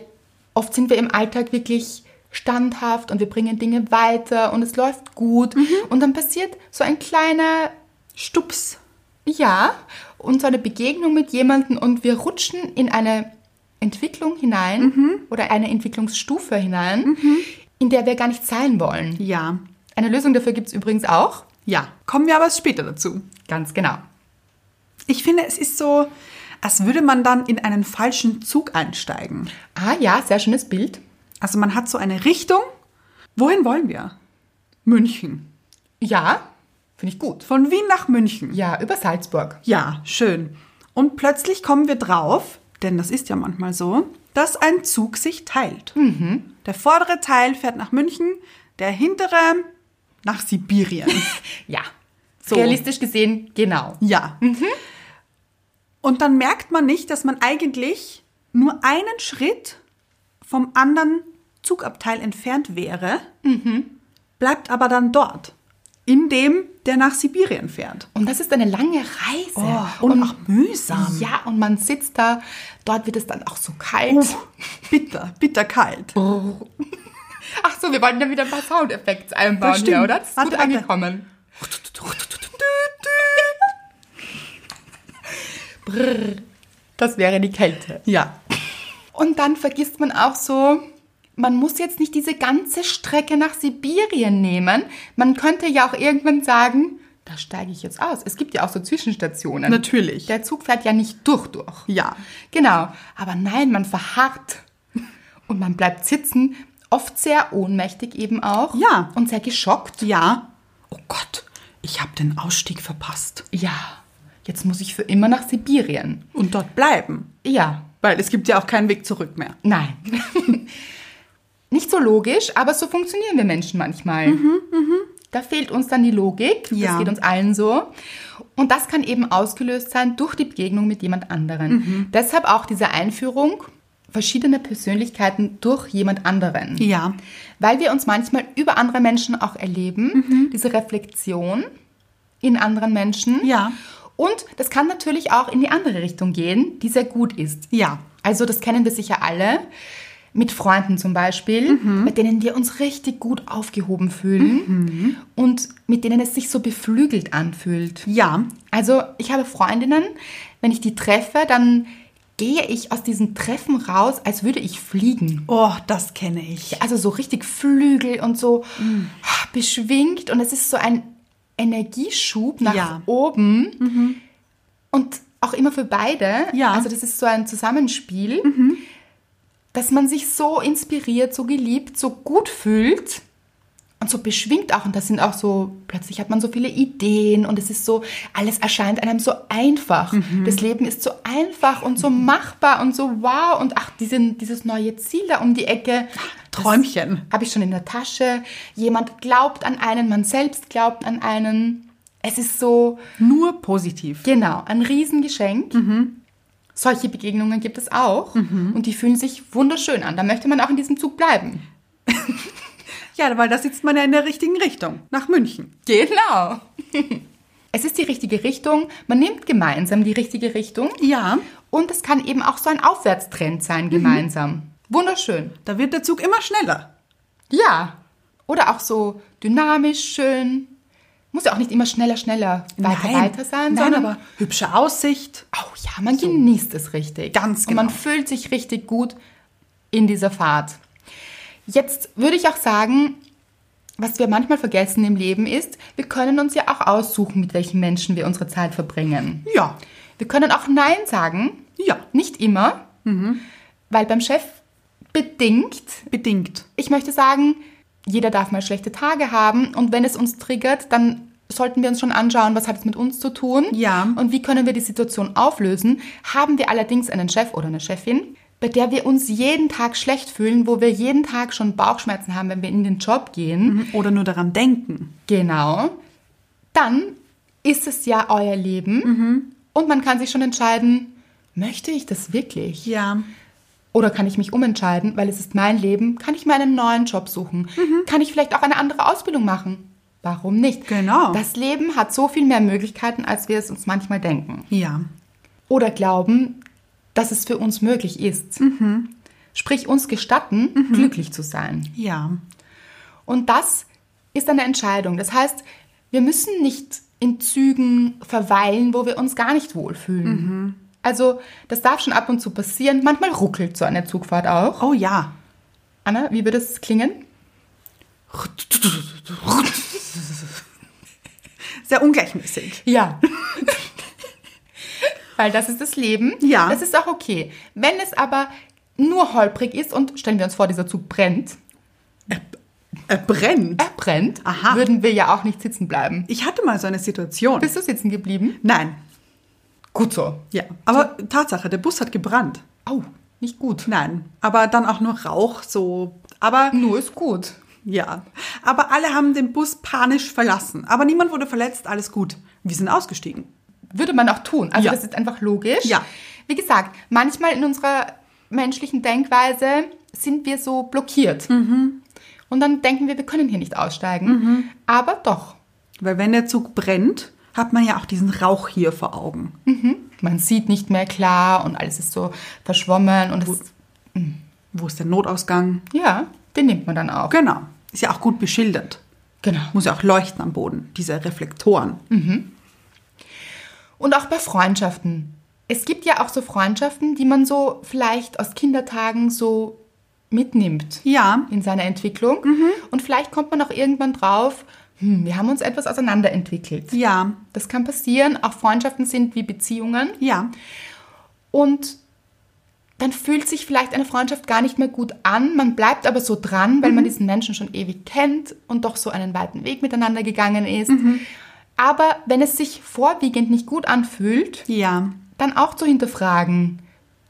S2: oft sind wir im Alltag wirklich standhaft und wir bringen Dinge weiter und es läuft gut.
S1: Mhm.
S2: Und dann passiert so ein kleiner
S1: Stups.
S2: ja, und so eine Begegnung mit jemandem und wir rutschen in eine Entwicklung hinein
S1: Mhm.
S2: oder eine Entwicklungsstufe hinein, in der wir gar nicht sein wollen.
S1: Ja.
S2: Eine Lösung dafür gibt es übrigens auch.
S1: Ja. Kommen wir aber später dazu.
S2: Ganz genau.
S1: Ich finde, es ist so, als würde man dann in einen falschen Zug einsteigen.
S2: Ah ja, sehr schönes Bild.
S1: Also man hat so eine Richtung. Wohin wollen wir? München.
S2: Ja, finde ich gut.
S1: Von Wien nach München.
S2: Ja, über Salzburg.
S1: Ja, schön. Und plötzlich kommen wir drauf, denn das ist ja manchmal so, dass ein Zug sich teilt. Der vordere Teil fährt nach München, der hintere nach Sibirien.
S2: Ja.
S1: So.
S2: Realistisch gesehen, genau.
S1: ja. Und dann merkt man nicht, dass man eigentlich nur einen Schritt vom anderen Zugabteil entfernt wäre, bleibt aber dann dort, in dem, der nach Sibirien fährt.
S2: Und das ist eine lange Reise.
S1: Oh, und, auch mühsam.
S2: ja, und man sitzt da, dort wird es dann auch so kalt.
S1: Bitter, bitterkalt.
S2: Ach so, wir wollten ja wieder ein paar Soundeffekte einbauen
S1: Das
S2: hier,
S1: stimmt.
S2: oder? Das ist
S1: Warte,
S2: gut
S1: warte.
S2: angekommen. Brrr. Das wäre die Kälte.
S1: Ja.
S2: Und dann vergisst man auch so, man muss jetzt nicht diese ganze Strecke nach Sibirien nehmen. Man könnte ja auch irgendwann sagen, da steige ich jetzt aus. Es gibt ja auch so Zwischenstationen.
S1: Natürlich.
S2: Der Zug fährt ja nicht durch durch.
S1: Ja.
S2: Genau. Aber nein, man verharrt. Und man bleibt sitzen, oft sehr ohnmächtig eben auch.
S1: Ja.
S2: Und sehr geschockt.
S1: Ja. Oh Gott, ich habe den Ausstieg verpasst.
S2: Ja. Jetzt muss ich für immer nach Sibirien.
S1: Und dort bleiben.
S2: Ja.
S1: Weil es gibt ja auch keinen Weg zurück mehr.
S2: Nein. Nicht so logisch, aber so funktionieren wir Menschen manchmal. Da fehlt uns dann die Logik.
S1: Mhm, Ja.
S2: Das geht uns allen so. Und das kann eben ausgelöst sein durch die Begegnung mit jemand anderen.
S1: Mhm.
S2: Deshalb auch diese Einführung verschiedener Persönlichkeiten durch jemand anderen.
S1: Ja.
S2: Weil wir uns manchmal über andere Menschen auch erleben,
S1: Mhm.
S2: diese Reflexion in anderen Menschen.
S1: Ja.
S2: Und das kann natürlich auch in die andere Richtung gehen, die sehr gut ist.
S1: Ja.
S2: Also das kennen wir sicher alle. Mit Freunden zum Beispiel, bei denen wir uns richtig gut aufgehoben fühlen und mit denen es sich so beflügelt anfühlt.
S1: Ja.
S2: Also ich habe Freundinnen, wenn ich die treffe, dann gehe ich aus diesen Treffen raus, als würde ich fliegen.
S1: Oh, das kenne ich.
S2: Also so richtig Flügel und so
S1: Mm.
S2: ah, beschwingt und es ist so ein Energieschub nach
S1: Ja. Mhm.
S2: oben und auch immer für beide.
S1: Ja. Mhm.
S2: Also das ist so ein Zusammenspiel, dass man sich so inspiriert, so geliebt, so gut fühlt und so beschwingt auch. Und das sind auch so, plötzlich hat man so viele Ideen und es ist so, alles erscheint einem so einfach. Das Leben ist so einfach und so machbar und so wow. Und ach, diesen, dieses neue Ziel da um die Ecke.
S1: Träumchen.
S2: Habe ich schon in der Tasche. Jemand glaubt an einen, man selbst glaubt an einen. Es ist so,
S1: Nur positiv.
S2: Genau, ein Riesengeschenk. Solche Begegnungen gibt es auch und die fühlen sich wunderschön an. Da möchte man auch in diesem Zug bleiben.
S1: Ja, weil da sitzt man ja in der richtigen Richtung. Nach München.
S2: Genau. es ist die richtige Richtung. Man nimmt gemeinsam die richtige Richtung
S1: Ja.
S2: und es kann eben auch so ein Aufwärtstrend
S1: Mhm.
S2: sein gemeinsam. Wunderschön.
S1: Da wird der Zug immer schneller.
S2: Ja. Oder auch so dynamisch, schön. Muss ja auch nicht immer schneller, schneller, weiter, weiter sein,
S1: Nein,
S2: sondern
S1: aber hübsche Aussicht.
S2: Oh ja, man genießt es richtig.
S1: Ganz
S2: Und man
S1: genau.
S2: fühlt sich richtig gut in dieser Fahrt. Jetzt würde ich auch sagen, was wir manchmal vergessen im Leben ist, wir können uns ja auch aussuchen, mit welchen Menschen wir unsere Zeit verbringen.
S1: Ja.
S2: Wir können auch Nein sagen.
S1: Ja. Mhm.
S2: Nicht immer, weil beim Chef bedingt.
S1: Bedingt.
S2: Ich möchte sagen, jeder darf mal schlechte Tage haben und wenn es uns triggert, dann sollten wir uns schon anschauen, was hat es mit uns zu tun
S1: Ja.
S2: und wie können wir die Situation auflösen. Haben wir allerdings einen Chef oder eine Chefin, bei der wir uns jeden Tag schlecht fühlen, wo wir jeden Tag schon Bauchschmerzen haben, wenn wir in den Job gehen,
S1: Oder nur daran denken.
S2: Genau. Dann ist es ja euer Leben und man kann sich schon entscheiden, möchte ich das wirklich?
S1: Ja.
S2: Oder kann ich mich umentscheiden, weil es ist mein Leben? Kann ich mir einen neuen Job suchen? Kann ich vielleicht auch eine andere Ausbildung machen? Warum nicht?
S1: Genau.
S2: Das Leben hat so viel mehr Möglichkeiten, als wir es uns manchmal denken.
S1: Ja.
S2: Oder glauben, dass es für uns möglich ist. Sprich, uns gestatten, glücklich zu sein.
S1: Ja.
S2: Und das ist eine Entscheidung. Das heißt, wir müssen nicht in Zügen verweilen, wo wir uns gar nicht wohlfühlen. Also, das darf schon ab und zu passieren. Manchmal ruckelt so eine Zugfahrt auch.
S1: Oh ja.
S2: Anna, wie würde es klingen?
S1: Sehr ungleichmäßig.
S2: Ja. Weil das ist das Leben.
S1: Ja.
S2: Das ist auch okay. Wenn es aber nur holprig ist und stellen wir uns vor, dieser Zug brennt,
S1: Er brennt.
S2: er brennt,
S1: Aha.
S2: würden wir ja auch nicht sitzen bleiben.
S1: Äh, Ich hatte mal so eine Situation.
S2: Bist du sitzen geblieben?
S1: Nein.
S2: Gut so.
S1: Ja. Aber Tatsache, der Bus hat gebrannt.
S2: Au, nicht gut.
S1: Nein. Aber dann auch nur Rauch, so. Aber
S2: Nur ist gut.
S1: ja. Aber alle haben den Bus panisch verlassen. Aber niemand wurde verletzt, alles gut. Wir sind ausgestiegen.
S2: würde man auch tun. Also
S1: Ja.
S2: das ist einfach logisch.
S1: Ja.
S2: Wie gesagt, manchmal in unserer menschlichen Denkweise sind wir so blockiert.
S1: Mhm.
S2: Und dann denken wir, wir können hier nicht aussteigen. Aber doch,
S1: Weil wenn der Zug brennt, hat man ja auch diesen Rauch hier vor Augen.
S2: man sieht nicht mehr klar und alles ist so verschwommen und das,
S1: Wo ist der Notausgang?
S2: ja, den nimmt man dann auch.
S1: Genau. Ist ja auch gut beschildert.
S2: Genau.
S1: Muss ja auch leuchten am Boden, diese Reflektoren.
S2: Und auch bei Freundschaften. Es gibt ja auch so Freundschaften, die man so vielleicht aus Kindertagen so mitnimmt.
S1: Ja.
S2: in seiner Entwicklung. Und vielleicht kommt man auch irgendwann drauf, hm, wir haben uns etwas auseinanderentwickelt.
S1: Ja.
S2: Das kann passieren. Auch Freundschaften sind wie Beziehungen.
S1: Ja.
S2: Und dann fühlt sich vielleicht eine Freundschaft gar nicht mehr gut an. Man bleibt aber so dran, weil man
S1: Mhm.
S2: diesen Menschen schon ewig kennt und doch so einen weiten Weg miteinander gegangen ist.
S1: Mhm.
S2: Aber wenn es sich vorwiegend nicht gut anfühlt,
S1: Ja.
S2: dann auch zu hinterfragen.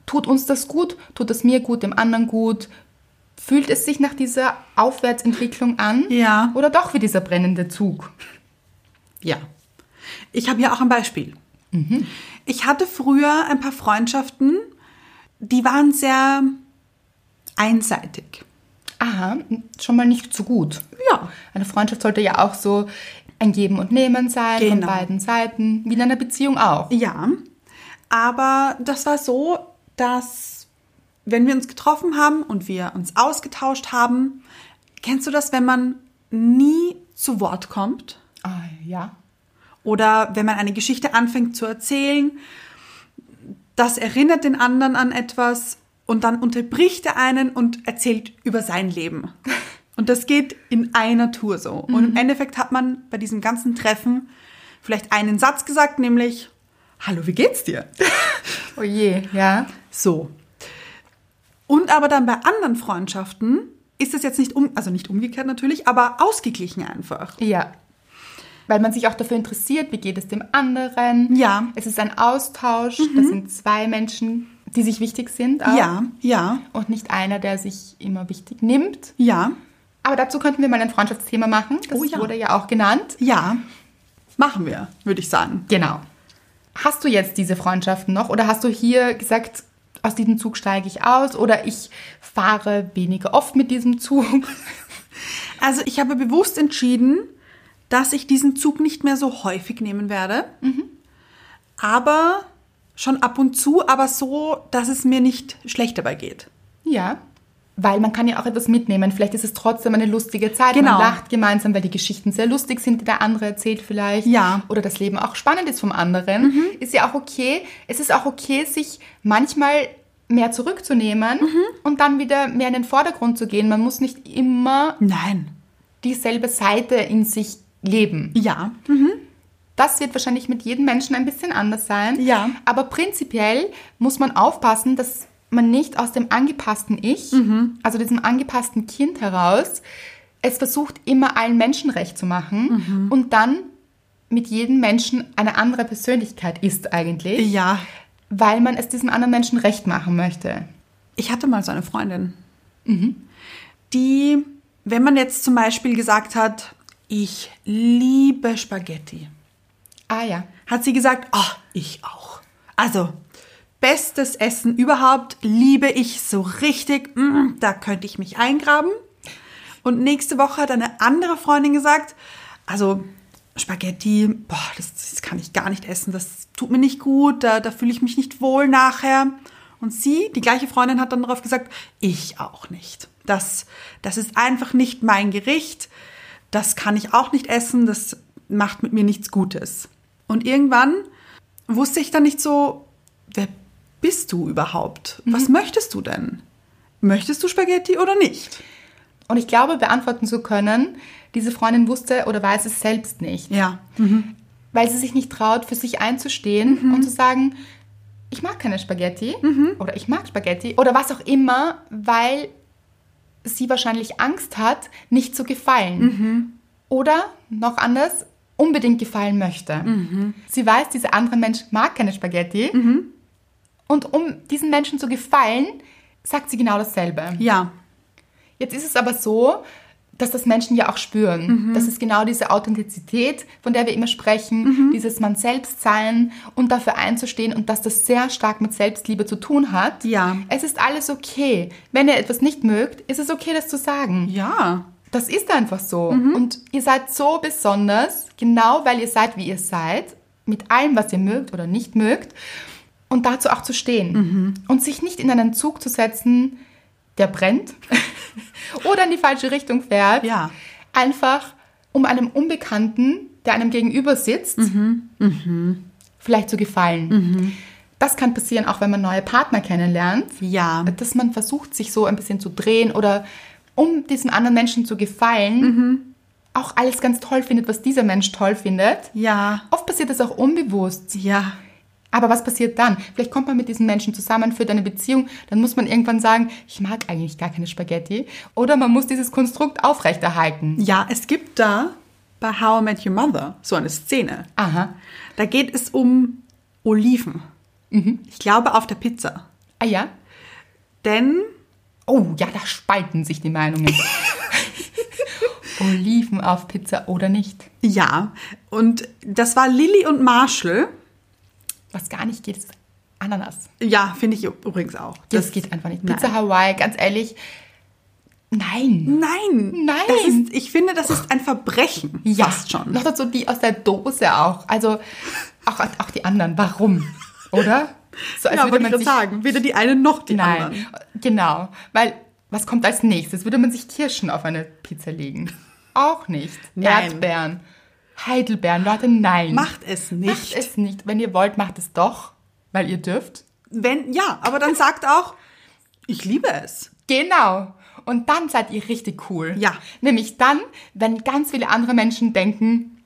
S2: Tut uns das gut? Tut es mir gut, dem anderen gut? Fühlt es sich nach dieser Aufwärtsentwicklung an?
S1: Ja.
S2: Oder doch wie dieser brennende Zug?
S1: Ja. Ich habe ja auch ein Beispiel. Ich hatte früher ein paar Freundschaften, die waren sehr einseitig.
S2: Aha, schon mal nicht so gut.
S1: Ja.
S2: Eine Freundschaft sollte ja auch so ein Geben und Nehmen sein, von
S1: Genau.
S2: beiden Seiten, wie in einer Beziehung auch.
S1: Ja. Aber das war so, dass wenn wir uns getroffen haben und wir uns ausgetauscht haben, kennst du das, wenn man nie zu Wort kommt?
S2: Ah, ja.
S1: Oder wenn man eine Geschichte anfängt zu erzählen, das erinnert den anderen an etwas und dann unterbricht er einen und erzählt über sein Leben. Und das geht in einer Tour so. Und im Endeffekt hat man bei diesem ganzen Treffen vielleicht einen Satz gesagt, nämlich, hallo, wie geht's dir?
S2: Oh je, ja.
S1: So. Und aber dann bei anderen Freundschaften ist es jetzt nicht um, also nicht umgekehrt natürlich, aber ausgeglichen einfach.
S2: Ja. Weil man sich auch dafür interessiert, wie geht es dem anderen.
S1: Ja. Mhm.
S2: Es ist ein Austausch. Das sind zwei Menschen, die sich wichtig sind. Auch.
S1: Ja, ja,
S2: und nicht einer, der sich immer wichtig nimmt.
S1: ja.
S2: Aber dazu könnten wir mal ein Freundschaftsthema machen. Das
S1: Oh ja.
S2: wurde ja auch genannt.
S1: Ja, machen wir, würde ich sagen.
S2: Genau. Hast du jetzt diese Freundschaften noch oder hast du hier gesagt, aus diesem Zug steige ich aus oder ich fahre weniger oft mit diesem Zug?
S1: Also ich habe bewusst entschieden, dass ich diesen Zug nicht mehr so häufig nehmen werde. Aber schon ab und zu, aber so, dass es mir nicht schlecht dabei geht.
S2: Ja. Weil man kann ja auch etwas mitnehmen. Vielleicht ist es trotzdem eine lustige Zeit.
S1: Genau.
S2: Man lacht gemeinsam, weil die Geschichten sehr lustig sind, die der andere erzählt vielleicht.
S1: Ja. Mhm.
S2: Oder das Leben auch spannend ist vom anderen. Ist ja auch okay. Es ist auch okay, sich manchmal mehr zurückzunehmen
S1: Mhm.
S2: und dann wieder mehr in den Vordergrund zu gehen. Man muss nicht immer
S1: Nein.
S2: dieselbe Seite in sich leben.
S1: Ja.
S2: Das wird wahrscheinlich mit jedem Menschen ein bisschen anders sein.
S1: Ja.
S2: Aber prinzipiell muss man aufpassen, dass man nicht aus dem angepassten Ich, also diesem angepassten Kind heraus, es versucht immer allen Menschen recht zu machen und dann mit jedem Menschen eine andere Persönlichkeit ist eigentlich,
S1: Ja.
S2: weil man es diesem anderen Menschen recht machen möchte.
S1: Ich hatte mal so eine Freundin, die, wenn man jetzt zum Beispiel gesagt hat, ich liebe Spaghetti,
S2: Ah ja.
S1: hat sie gesagt, ah, ich auch. Also, bestes Essen überhaupt, liebe ich so richtig, mm, da könnte ich mich eingraben. Und nächste Woche hat eine andere Freundin gesagt, also Spaghetti, boah, das, das kann ich gar nicht essen, das tut mir nicht gut, da, da fühle ich mich nicht wohl nachher. Und sie, die gleiche Freundin, hat dann darauf gesagt, ich auch nicht. Das, das ist einfach nicht mein Gericht, das kann ich auch nicht essen, das macht mit mir nichts Gutes. Und irgendwann wusste ich dann nicht so, wer bist du überhaupt? Was möchtest du denn? Möchtest du Spaghetti oder nicht?
S2: Und ich glaube, beantworten zu können, diese Freundin wusste oder weiß es selbst nicht,
S1: Ja.
S2: weil sie sich nicht traut, für sich einzustehen und zu sagen, ich mag keine Spaghetti oder ich mag Spaghetti oder was auch immer, weil sie wahrscheinlich Angst hat, nicht zu gefallen. Oder noch anders, unbedingt gefallen möchte. Sie weiß, dieser andere Mensch mag keine Spaghetti. Und um diesen Menschen zu gefallen, sagt sie genau dasselbe.
S1: Ja.
S2: Jetzt ist es aber so, dass das Menschen ja auch
S1: Mhm.
S2: spüren. Das ist genau diese Authentizität, von der wir immer
S1: Mhm.
S2: sprechen, dieses man selbst sein und dafür einzustehen und dass das sehr stark mit Selbstliebe zu tun hat.
S1: Ja.
S2: Es ist alles okay. Wenn ihr etwas nicht mögt, ist es okay, das zu sagen.
S1: Ja.
S2: Das ist einfach so.
S1: Mhm.
S2: Und ihr seid so besonders, genau weil ihr seid, wie ihr seid, mit allem, was ihr mögt oder nicht mögt. Und dazu auch zu stehen.
S1: Mhm.
S2: Und sich nicht in einen Zug zu setzen, der brennt oder in die falsche Richtung fährt.
S1: Ja.
S2: Einfach um einem Unbekannten, der einem gegenüber sitzt,
S1: Mhm.
S2: vielleicht zu gefallen. Das kann passieren, auch wenn man neue Partner kennenlernt
S1: Ja.
S2: Äh, dass man versucht, sich so ein bisschen zu drehen oder um diesem anderen Menschen zu gefallen, auch alles ganz toll findet, was dieser Mensch toll findet.
S1: Ja.
S2: Oft passiert das auch unbewusst.
S1: Ja.
S2: Aber was passiert dann? Vielleicht kommt man mit diesen Menschen zusammen, führt eine Beziehung, dann muss man irgendwann sagen, ich mag eigentlich gar keine Spaghetti. Oder man muss dieses Konstrukt aufrechterhalten.
S1: Ja, es gibt da bei How I Met Your Mother so eine Szene.
S2: Aha.
S1: Da geht es um Oliven.
S2: Mhm.
S1: Ich glaube auf der Pizza.
S2: Ah ja?
S1: Denn
S2: Oh ja, da spalten sich die Meinungen. Oliven auf Pizza oder nicht.
S1: ja, und das war Lilly und Marshall.
S2: Was gar nicht geht, ist Ananas.
S1: Ja, finde ich übrigens auch.
S2: Das, geht einfach nicht.
S1: Nein.
S2: Pizza Hawaii, ganz ehrlich. Nein.
S1: Nein.
S2: Nein.
S1: Das ist, ich finde, das ist ein Verbrechen. Fast schon.
S2: Noch dazu die aus der Dose auch. Also auch, auch die anderen. Warum? Oder? So
S1: ja, wollte ich gerade sagen. Weder die eine noch die
S2: Nein.
S1: anderen.
S2: Genau. Weil was kommt als nächstes? Würde man sich Kirschen auf eine Pizza legen? Auch nicht.
S1: Nein.
S2: Erdbeeren. Heidelbeeren. Leute, nein.
S1: Macht es nicht.
S2: Macht es nicht. Wenn ihr wollt, macht es doch. Weil ihr dürft.
S1: Wenn, ja, aber dann sagt auch, ich liebe es.
S2: Genau. Und dann seid ihr richtig cool.
S1: Ja.
S2: Nämlich dann, wenn ganz viele andere Menschen denken,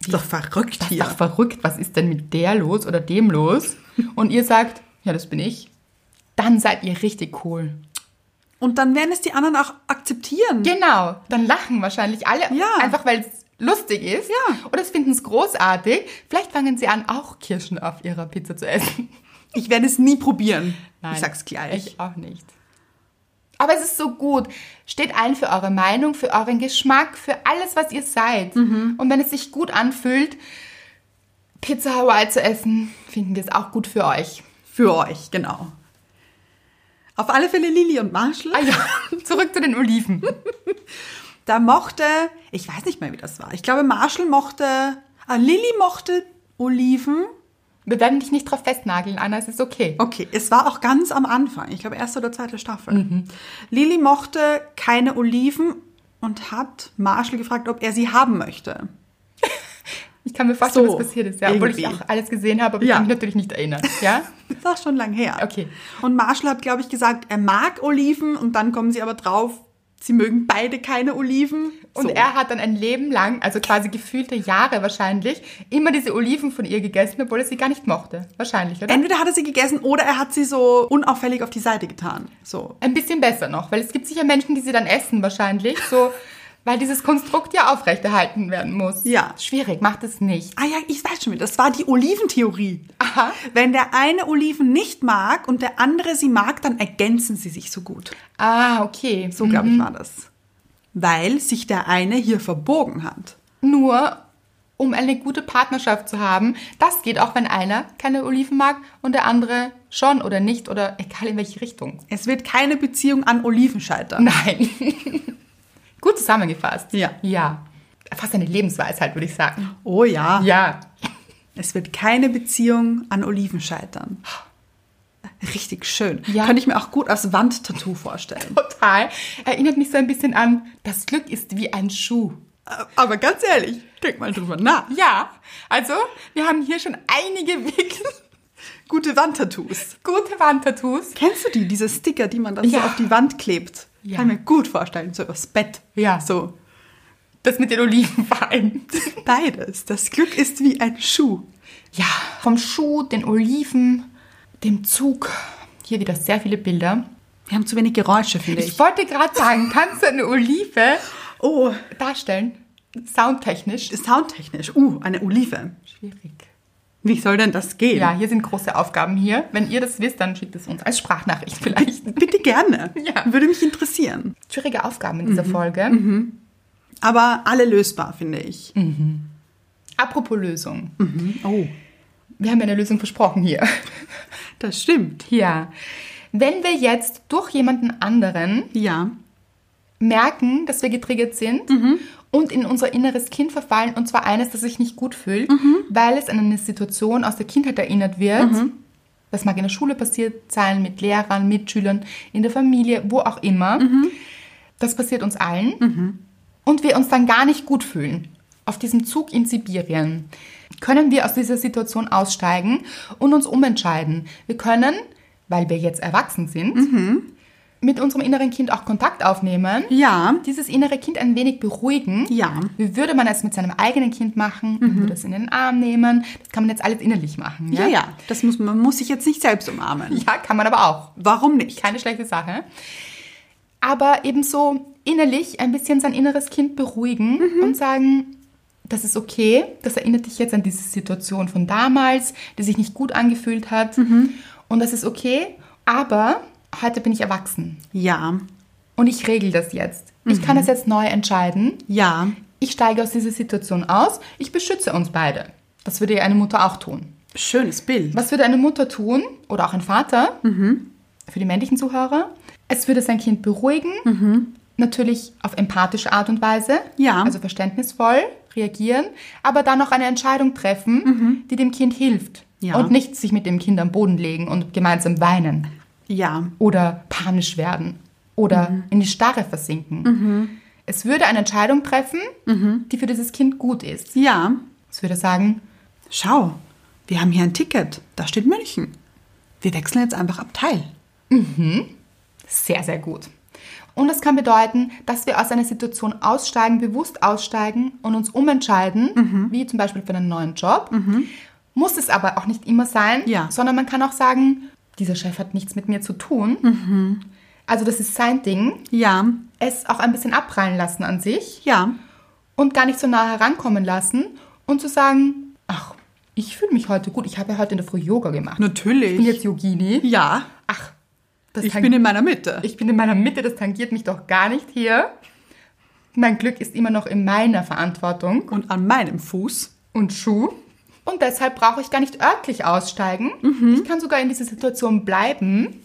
S1: Ist doch verrückt
S2: das ist
S1: hier.
S2: doch verrückt, was ist denn mit der los oder dem los? Und ihr sagt, ja, das bin ich. Dann seid ihr richtig cool.
S1: Und dann werden es die anderen auch akzeptieren.
S2: Genau. Dann lachen wahrscheinlich alle.
S1: Ja.
S2: Einfach weil es lustig ist.
S1: Ja.
S2: Oder es finden es großartig. Vielleicht fangen sie an, auch Kirschen auf ihrer Pizza zu essen.
S1: Ich werde es nie probieren. Ich sag's gleich.
S2: Ich auch nicht. Aber es ist so gut. Steht ein für eure Meinung, für euren Geschmack, für alles, was ihr seid.
S1: Mhm.
S2: Und wenn es sich gut anfühlt, Pizza Hawaii zu essen, finden wir es auch gut für euch.
S1: Für euch, genau. Auf alle Fälle Lili und Marshall.
S2: Also, zurück zu den Oliven.
S1: Da mochte, ich weiß nicht mehr, wie das war. Ich glaube, Marshall mochte, ah, Lilly mochte Oliven.
S2: Wir werden dich nicht drauf festnageln, Anna, es ist okay.
S1: Okay, es war auch ganz am Anfang. Ich glaube, erste oder zweite Staffel. Lilly mochte keine Oliven und hat Marshall gefragt, ob er sie haben möchte.
S2: Ich kann mir vorstellen,
S1: So,
S2: was passiert ist, ja, obwohl ich
S1: irgendwie.
S2: auch alles gesehen habe, aber ich
S1: Ja.
S2: kann mich natürlich nicht erinnern. Ja?
S1: Das war schon lang her.
S2: Okay.
S1: Und Marshall hat, glaube ich, gesagt, er mag Oliven und dann kommen sie aber drauf, Sie mögen beide keine Oliven.
S2: Und
S1: So.
S2: er hat dann ein Leben lang, also quasi gefühlte Jahre wahrscheinlich, immer diese Oliven von ihr gegessen, obwohl er sie gar nicht mochte. Wahrscheinlich, oder?
S1: Entweder hat er sie gegessen oder er hat sie so unauffällig auf die Seite getan. So.
S2: Ein bisschen besser noch, weil es gibt sicher Menschen, die sie dann essen wahrscheinlich, so, weil dieses Konstrukt ja aufrechterhalten werden muss.
S1: Ja.
S2: Schwierig, macht es nicht.
S1: Ah ja, ich weiß schon wieder. Das war die Oliventheorie.
S2: Aha.
S1: Wenn der eine Oliven nicht mag und der andere sie mag, dann ergänzen sie sich so gut.
S2: Ah, okay.
S1: So, glaube ich, war das. Weil sich der eine hier verbogen hat.
S2: Mhm. Nur, um eine gute Partnerschaft zu haben, das geht auch, wenn einer keine Oliven mag und der andere schon oder nicht oder egal in welche Richtung.
S1: Es wird keine Beziehung an Oliven scheitern.
S2: Nein. Gut zusammengefasst.
S1: Ja.
S2: Ja. Fast eine Lebensweisheit, würde ich sagen.
S1: Oh ja.
S2: Ja.
S1: Es wird keine Beziehung an Oliven scheitern. Richtig schön.
S2: Ja.
S1: Könnte ich mir auch gut als Wandtattoo vorstellen.
S2: Total. Erinnert mich so ein bisschen an, das Glück ist wie ein Schuh.
S1: Aber ganz ehrlich, denk mal drüber nach.
S2: Ja. Also, wir haben hier schon einige wirklich
S1: Gute Wandtattoos.
S2: gute Wandtattoos.
S1: Kennst du die, diese Sticker, die man dann
S2: Ja.
S1: so auf die Wand klebt?
S2: Ja.
S1: Kann ich mir gut vorstellen, so übers Bett.
S2: Ja.
S1: So.
S2: Das mit den Oliven vor allem.
S1: Beides. Das Glück ist wie ein Schuh.
S2: Ja, vom Schuh, den Oliven, dem Zug. Hier wieder sehr viele Bilder.
S1: Wir haben zu wenig Geräusche, finde
S2: Ich wollte gerade sagen, kannst du eine Olive
S1: Oh,
S2: darstellen? Soundtechnisch.
S1: soundtechnisch. Uh, eine Olive.
S2: Schwierig.
S1: Wie soll denn das gehen?
S2: Ja, hier sind große Aufgaben hier. Wenn ihr das wisst, dann schickt es uns als Sprachnachricht vielleicht.
S1: Bitte gerne.
S2: Ja.
S1: Würde mich interessieren.
S2: Schwierige Aufgaben in dieser Folge.
S1: Aber alle lösbar, finde ich.
S2: Apropos Lösung.
S1: Oh,
S2: Wir haben ja eine Lösung versprochen hier.
S1: das stimmt.
S2: Ja. Wenn wir jetzt durch jemanden anderen
S1: Ja.
S2: merken, dass wir getriggert sind und in unser inneres Kind verfallen, und zwar eines, das sich nicht gut fühlt, weil es an eine Situation aus der Kindheit erinnert wird. Das mag in der Schule passiert sein, mit Lehrern, Mitschülern, in der Familie, wo auch immer.
S1: Mhm.
S2: Das passiert uns allen. Und wir uns dann gar nicht gut fühlen. Auf diesem Zug in Sibirien können wir aus dieser Situation aussteigen und uns umentscheiden. Wir können, weil wir jetzt erwachsen sind, mit unserem inneren Kind auch Kontakt aufnehmen
S1: Mhm. Ja.
S2: dieses innere Kind ein wenig beruhigen.
S1: Ja. Mhm.
S2: Wie würde man es mit seinem eigenen Kind machen? Man würde es in den Arm nehmen. Das kann man jetzt alles innerlich machen.
S1: Ja,
S2: Ja,
S1: ja. Das muss, man muss sich jetzt nicht selbst umarmen.
S2: Ja, kann man aber auch.
S1: Warum nicht?
S2: Keine schlechte Sache. Aber eben so innerlich ein bisschen sein inneres Kind beruhigen und sagen, das ist okay, das erinnert dich jetzt an diese Situation von damals, die sich nicht gut angefühlt hat. Und das ist okay, aber heute bin ich erwachsen
S1: Ja.
S2: und ich regel das jetzt. Ich kann das jetzt neu entscheiden.
S1: Ja.
S2: Ich steige aus dieser Situation aus, ich beschütze uns beide. Das würde ja eine Mutter auch tun.
S1: Schönes Bild.
S2: Was würde eine Mutter tun oder auch ein Vater
S1: Mhm.
S2: für die männlichen Zuhörer? Es würde sein Kind beruhigen, natürlich auf empathische Art und Weise,
S1: Mhm. Ja.
S2: also verständnisvoll reagieren, aber dann auch eine Entscheidung treffen, die dem Kind hilft
S1: Mhm. Ja.
S2: und nicht sich mit dem Kind am Boden legen und gemeinsam weinen
S1: Ja.
S2: oder panisch werden oder
S1: Mhm.
S2: in die Starre versinken. Es würde eine Entscheidung treffen,
S1: Mhm.
S2: die für dieses Kind gut ist.
S1: Ja.
S2: Es würde sagen,
S1: Schau, wir haben hier ein Ticket. Da steht München. Wir wechseln jetzt einfach Abteil.
S2: sehr, sehr gut. Und das kann bedeuten, dass wir aus einer Situation aussteigen, bewusst aussteigen und uns umentscheiden, wie zum Beispiel für einen neuen Job. Muss es aber auch nicht immer sein,
S1: Ja.
S2: sondern man kann auch sagen, dieser Chef hat nichts mit mir zu tun. Also das ist sein Ding.
S1: Ja.
S2: Es auch ein bisschen abprallen lassen an sich.
S1: Ja.
S2: und gar nicht so nah herankommen lassen und zu sagen, ach, ich fühle mich heute gut. Ich habe ja heute in der Früh Yoga gemacht.
S1: Natürlich.
S2: Ich bin jetzt Yogini.
S1: ja.
S2: Ach, das
S1: Ich
S2: tang-
S1: bin in meiner Mitte.
S2: ich bin in meiner Mitte, das tangiert mich doch gar nicht hier. Mein Glück ist immer noch in meiner Verantwortung
S1: Und an meinem Fuß.
S2: und Schuh. Und deshalb brauche ich gar nicht örtlich aussteigen. Ich kann sogar in dieser Situation bleiben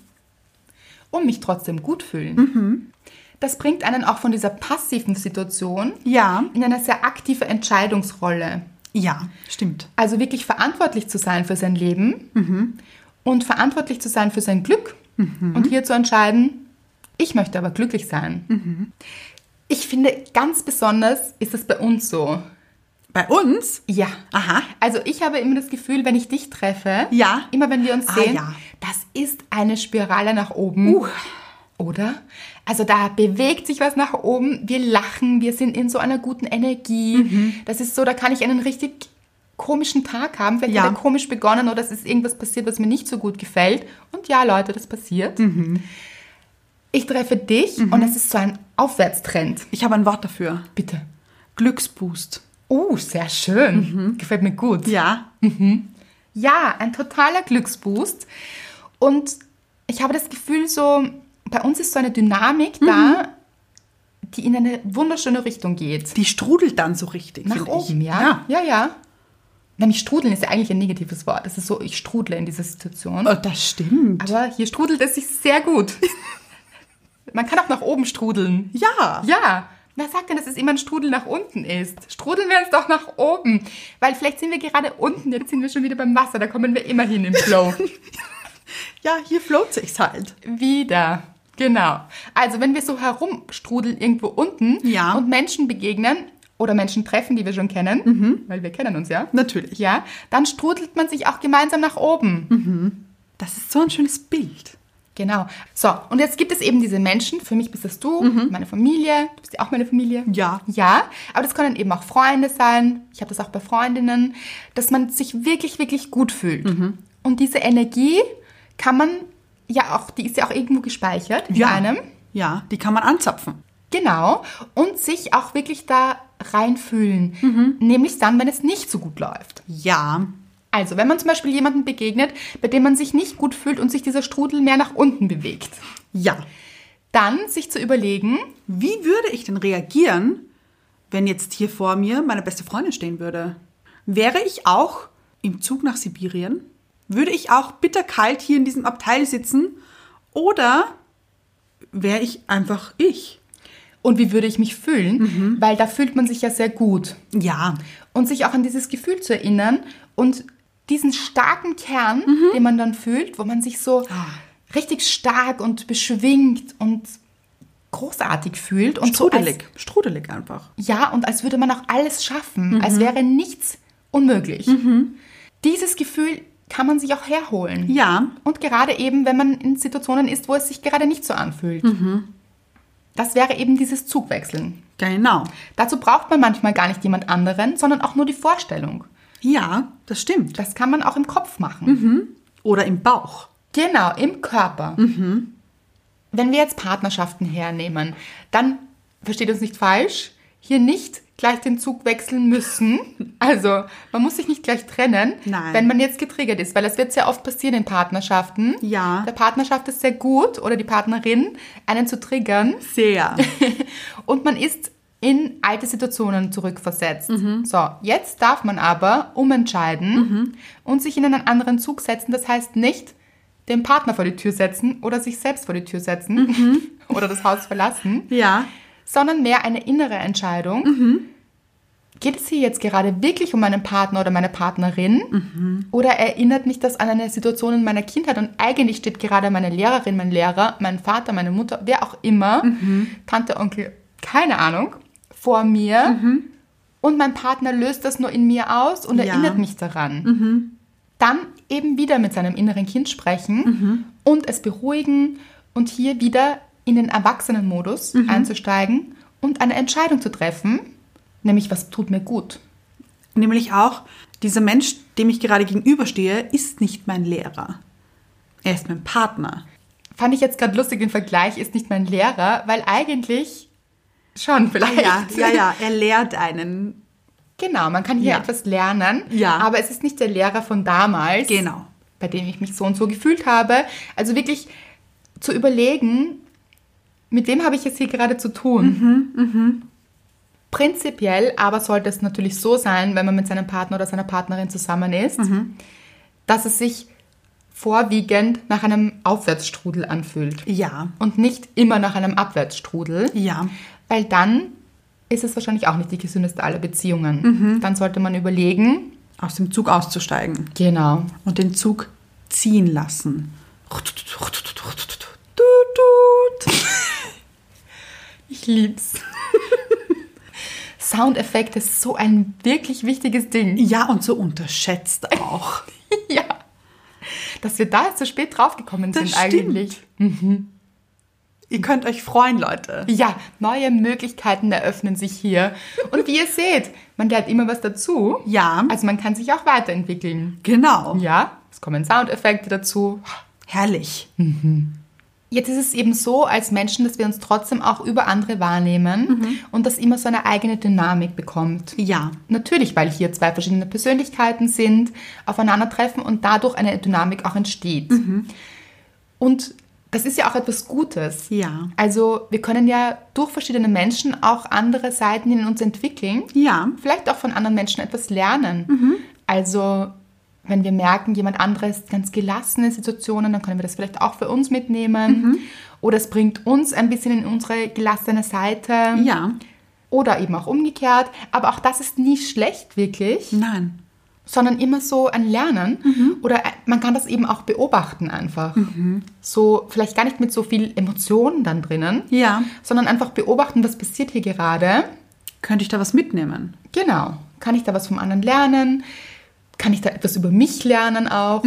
S2: und mich trotzdem gut fühlen. Das bringt einen auch von dieser passiven Situation
S1: Ja.
S2: in eine sehr aktive Entscheidungsrolle.
S1: Ja. Stimmt.
S2: Also wirklich verantwortlich zu sein für sein Leben und verantwortlich zu sein für sein Glück und hier zu entscheiden, ich möchte aber glücklich sein. Ich finde, ganz besonders ist es bei uns so.
S1: Bei uns?
S2: Ja.
S1: Aha.
S2: Also ich habe immer das Gefühl, wenn ich dich treffe,
S1: Ja.
S2: immer wenn wir uns
S1: Ah,
S2: sehen,
S1: ja.
S2: das ist eine Spirale nach oben.
S1: Uh.
S2: oder? Also da bewegt sich was nach oben. Wir lachen, wir sind in so einer guten Energie.
S1: Mhm.
S2: Das ist so, da kann ich einen richtig komischen Tag haben. Vielleicht
S1: Ja.
S2: hat er komisch begonnen oder es ist irgendwas passiert, was mir nicht so gut gefällt. Und ja, Leute, das passiert.
S1: Mhm.
S2: Ich treffe dich und es ist so ein Aufwärtstrend.
S1: Ich habe ein Wort dafür.
S2: Bitte.
S1: Glücksboost.
S2: Oh, sehr schön.
S1: Mhm.
S2: Gefällt mir gut.
S1: Ja.
S2: Ja, ein totaler Glücksboost. Und ich habe das Gefühl, so bei uns ist so eine Dynamik da,
S1: Mhm.
S2: die in eine wunderschöne Richtung geht.
S1: Die strudelt dann so richtig.
S2: Nach
S1: find
S2: oben,
S1: ich.
S2: ja?
S1: ja.
S2: Ja, ja. Nämlich strudeln ist ja eigentlich ein negatives Wort. Das ist so, ich strudle in dieser Situation.
S1: Oh, das stimmt.
S2: Aber hier strudelt es sich sehr gut. Man kann auch nach oben strudeln.
S1: Ja.
S2: Ja, wer sagt denn, dass es immer ein Strudel nach unten ist? Strudeln wir uns doch nach oben. Weil vielleicht sind wir gerade unten, jetzt sind wir schon wieder beim Wasser, da kommen wir immer hin im Flow.
S1: Ja, hier float sich's halt.
S2: wieder. Genau. Also wenn wir so herumstrudeln irgendwo unten
S1: Ja.
S2: und Menschen begegnen oder Menschen treffen, die wir schon kennen, weil wir kennen uns ja,
S1: Mhm. Natürlich. Mhm.
S2: ja, dann strudelt man sich auch gemeinsam nach oben.
S1: Das ist so ein schönes Bild.
S2: Genau. So, und jetzt gibt es eben diese Menschen. Für mich bist das du, meine Familie. Du bist ja auch meine Familie.
S1: Mhm. Ja.
S2: Ja, aber das können eben auch Freunde sein. Ich habe das auch bei Freundinnen, dass man sich wirklich, wirklich gut fühlt.
S1: Mhm.
S2: Und diese Energie kann man ja auch, die ist ja auch irgendwo gespeichert in einem.
S1: Ja, die kann man anzapfen.
S2: Genau. Und sich auch wirklich da reinfühlen. Nämlich dann, wenn es nicht so gut läuft.
S1: Ja.
S2: Also, wenn man zum Beispiel jemanden begegnet, bei dem man sich nicht gut fühlt und sich dieser Strudel mehr nach unten bewegt.
S1: Ja.
S2: Dann sich zu überlegen,
S1: Wie würde ich denn reagieren, wenn jetzt hier vor mir meine beste Freundin stehen würde? Wäre ich auch im Zug nach Sibirien? Würde ich auch bitterkalt hier in diesem Abteil sitzen? Oder wäre ich einfach ich?
S2: und wie würde ich mich fühlen, weil da fühlt man sich ja sehr gut.
S1: Ja.
S2: Und sich auch an dieses Gefühl zu erinnern und diesen starken Kern, den man dann fühlt, wo man sich so richtig stark und beschwingt und großartig fühlt und
S1: Strudelig. Strudelig einfach.
S2: So als, ja, und als würde man auch alles schaffen, als wäre nichts unmöglich. Dieses Gefühl kann man sich auch herholen.
S1: Ja.
S2: Und gerade eben, wenn man in Situationen ist, wo es sich gerade nicht so anfühlt. Das wäre eben dieses Zugwechseln.
S1: Genau.
S2: Dazu braucht man manchmal gar nicht jemand anderen, sondern auch nur die Vorstellung.
S1: Ja, das stimmt.
S2: Das kann man auch im Kopf machen.
S1: Oder im Bauch.
S2: Genau, im Körper.
S1: Mhm.
S2: Wenn wir jetzt Partnerschaften hernehmen, dann versteht uns nicht falsch, hier nicht gleich den Zug wechseln müssen. Also man muss sich nicht gleich trennen,
S1: Nein.
S2: wenn man jetzt getriggert ist, weil das wird sehr oft passieren in Partnerschaften.
S1: Ja.
S2: Der Partner schafft es sehr gut oder die Partnerin, einen zu triggern
S1: Sehr.
S2: und man ist in alte Situationen zurückversetzt. So, jetzt darf man aber umentscheiden und sich in einen anderen Zug setzen. Das heißt nicht den Partner vor die Tür setzen oder sich selbst vor die Tür setzen oder das Haus verlassen,
S1: ja.
S2: sondern mehr eine innere Entscheidung. Geht es hier jetzt gerade wirklich um meinen Partner oder meine Partnerin? Oder erinnert mich das an eine Situation in meiner Kindheit und eigentlich steht gerade meine Lehrerin, mein Lehrer, mein Vater, meine Mutter, wer auch immer, Tante, Onkel, keine Ahnung, vor mir und mein Partner löst das nur in mir aus und
S1: Ja.
S2: erinnert mich daran. Dann eben wieder mit seinem inneren Kind sprechen und es beruhigen und hier wieder in den Erwachsenenmodus einzusteigen und eine Entscheidung zu treffen, nämlich was tut mir gut.
S1: Nämlich auch, dieser Mensch, dem ich gerade gegenüberstehe, ist nicht mein Lehrer. Er ist mein Partner.
S2: Fand ich jetzt gerade lustig, den Vergleich ist nicht mein Lehrer, weil eigentlich schon vielleicht.
S1: Ja, ja, ja, er lehrt einen.
S2: Genau, man kann hier
S1: Ja.
S2: etwas lernen,
S1: Ja.
S2: aber es ist nicht der Lehrer von damals,
S1: Genau.
S2: bei dem ich mich so und so gefühlt habe. Also wirklich zu überlegen, mit wem habe ich es hier gerade zu tun.
S1: Mhm,
S2: Prinzipiell aber sollte es natürlich so sein, wenn man mit seinem Partner oder seiner Partnerin zusammen ist,
S1: Mhm.
S2: dass es sich vorwiegend nach einem Aufwärtsstrudel anfühlt
S1: Ja,
S2: und nicht immer nach einem Abwärtsstrudel.
S1: ja,
S2: Weil dann ist es wahrscheinlich auch nicht die gesündeste aller Beziehungen. Dann sollte man überlegen.
S1: aus dem Zug auszusteigen
S2: Genau.
S1: und den Zug ziehen lassen.
S2: Ich lieb's. Soundeffekt ist so ein wirklich wichtiges Ding.
S1: Ja, und so unterschätzt auch.
S2: ja. Dass wir da jetzt so spät draufgekommen
S1: Das
S2: sind
S1: stimmt.
S2: eigentlich.
S1: Ihr könnt euch freuen, Leute.
S2: Ja, neue Möglichkeiten eröffnen sich hier. Und wie ihr seht, man lernt immer was dazu.
S1: Ja.
S2: Also man kann sich auch weiterentwickeln.
S1: Genau.
S2: Ja, es kommen Soundeffekte dazu.
S1: Herrlich.
S2: Jetzt ist es eben so als Menschen, dass wir uns trotzdem auch über andere wahrnehmen und das immer so eine eigene Dynamik bekommt.
S1: Ja.
S2: Natürlich, weil hier zwei verschiedene Persönlichkeiten sind, aufeinandertreffen und dadurch eine Dynamik auch entsteht. Und das ist ja auch etwas Gutes.
S1: Ja.
S2: Also wir können ja durch verschiedene Menschen auch andere Seiten in uns entwickeln.
S1: Ja.
S2: Vielleicht auch von anderen Menschen etwas lernen.
S1: Mhm.
S2: Also wenn wir merken, jemand anderes ist ganz gelassen in Situationen, dann können wir das vielleicht auch für uns mitnehmen.
S1: Mhm.
S2: Oder es bringt uns ein bisschen in unsere gelassene Seite.
S1: Ja.
S2: Oder eben auch umgekehrt. Aber auch das ist nie schlecht, wirklich
S1: Nein.
S2: sondern immer so ein Lernen.
S1: Mhm.
S2: Oder äh, man kann das eben auch beobachten einfach. So, vielleicht gar nicht mit so viel Emotionen dann drinnen,
S1: Ja.
S2: sondern einfach beobachten, was passiert hier gerade.
S1: Könnte ich da was mitnehmen?
S2: Genau. Kann ich da was vom anderen lernen? Kann ich da etwas über mich lernen auch?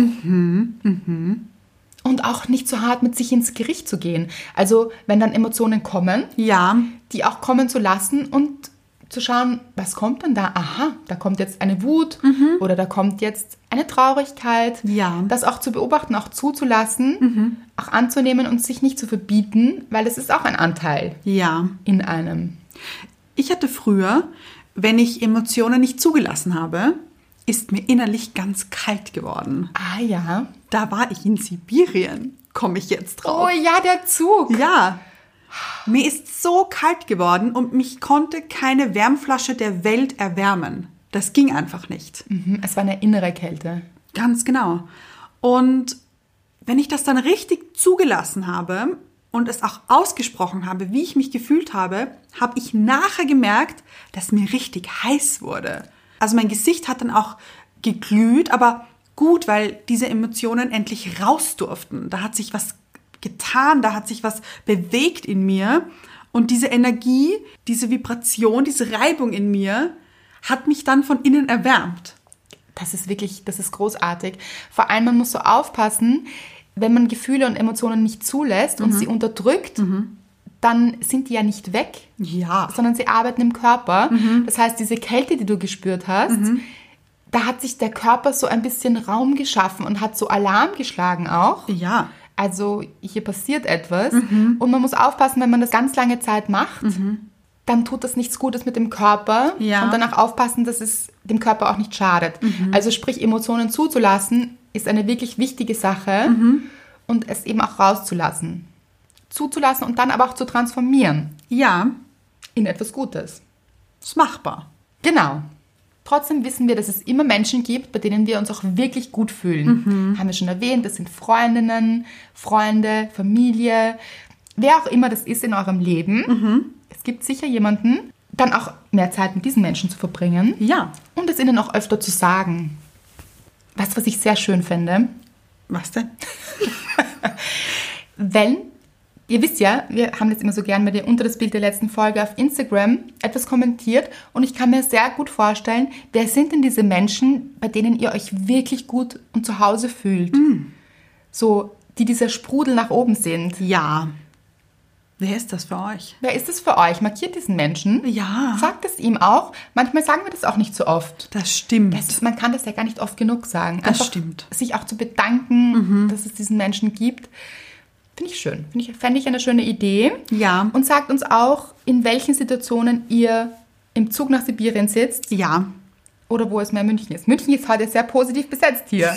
S2: Und auch nicht so hart mit sich ins Gericht zu gehen. Also, wenn dann Emotionen kommen,
S1: Ja.
S2: die auch kommen zu lassen und zu schauen, was kommt denn da? Aha, da kommt jetzt eine Wut oder da kommt jetzt eine Traurigkeit.
S1: Ja.
S2: Das auch zu beobachten, auch zuzulassen, auch anzunehmen und sich nicht zu verbieten, weil es ist auch ein Anteil
S1: Ja.
S2: in einem.
S1: Ich hatte früher, wenn ich Emotionen nicht zugelassen habe, ist mir innerlich ganz kalt geworden.
S2: Ah ja.
S1: Da war ich in Sibirien, komme ich jetzt
S2: Oh
S1: drauf.
S2: ja, der Zug.
S1: Ja. Mir ist so kalt geworden und mich konnte keine Wärmflasche der Welt erwärmen. Das ging einfach nicht.
S2: Mhm, Es war eine innere Kälte.
S1: Ganz genau. Und wenn ich das dann richtig zugelassen habe und es auch ausgesprochen habe, wie ich mich gefühlt habe, habe ich nachher gemerkt, dass mir richtig heiß wurde. Also mein Gesicht hat dann auch geglüht, aber gut, weil diese Emotionen endlich raus durften. Da hat sich was getan, da hat sich was bewegt in mir und diese Energie, diese Vibration, diese Reibung in mir hat mich dann von innen erwärmt.
S2: Das ist wirklich, das ist großartig. Vor allem, man muss so aufpassen, wenn man Gefühle und Emotionen nicht zulässt und sie unterdrückt, dann sind die ja nicht weg,
S1: Ja.
S2: sondern sie arbeiten im Körper. Das heißt, diese Kälte, die du gespürt hast, da hat sich der Körper so ein bisschen Raum geschaffen und hat so Alarm geschlagen auch.
S1: Ja.
S2: Also hier passiert etwas und man muss aufpassen, wenn man das ganz lange Zeit macht, dann tut das nichts Gutes mit dem Körper
S1: Ja.
S2: und danach aufpassen, dass es dem Körper auch nicht schadet. Also sprich, Emotionen zuzulassen ist eine wirklich wichtige Sache und es eben auch rauszulassen. Zuzulassen und dann aber auch zu transformieren
S1: Ja,
S2: in etwas Gutes.
S1: ist machbar.
S2: Genau. Trotzdem wissen wir, dass es immer Menschen gibt, bei denen wir uns auch wirklich gut fühlen. Haben wir schon erwähnt, das sind Freundinnen, Freunde, Familie, wer auch immer das ist in eurem Leben. Es gibt sicher jemanden, dann auch mehr Zeit mit diesen Menschen zu verbringen
S1: Ja.
S2: und es ihnen auch öfter zu sagen. Was, was ich sehr schön finde,
S1: Was denn?
S2: wenn, ihr wisst ja, wir haben das immer so gern bei dir unter das Bild der letzten Folge auf Instagram etwas kommentiert und ich kann mir sehr gut vorstellen, wer sind denn diese Menschen, bei denen ihr euch wirklich gut und zu Hause fühlt?
S1: Hm.
S2: So, die dieser Sprudel nach oben sind.
S1: Ja. Wer ist das für euch?
S2: Wer ist das für euch? Markiert diesen Menschen.
S1: Ja.
S2: Sagt es ihm auch. Manchmal sagen wir das auch nicht so oft.
S1: Das stimmt.
S2: Das ist, man kann das ja gar nicht oft genug sagen.
S1: Das stimmt. Mhm.
S2: Sich auch zu bedanken, dass es diesen Menschen gibt. Finde ich schön. Finde ich, fände ich eine schöne Idee.
S1: Ja.
S2: Ähm, Und sagt uns auch, in welchen Situationen ihr im Zug nach Sibirien sitzt
S1: ja,
S2: oder wo es mehr München ist. München ist heute sehr positiv besetzt hier.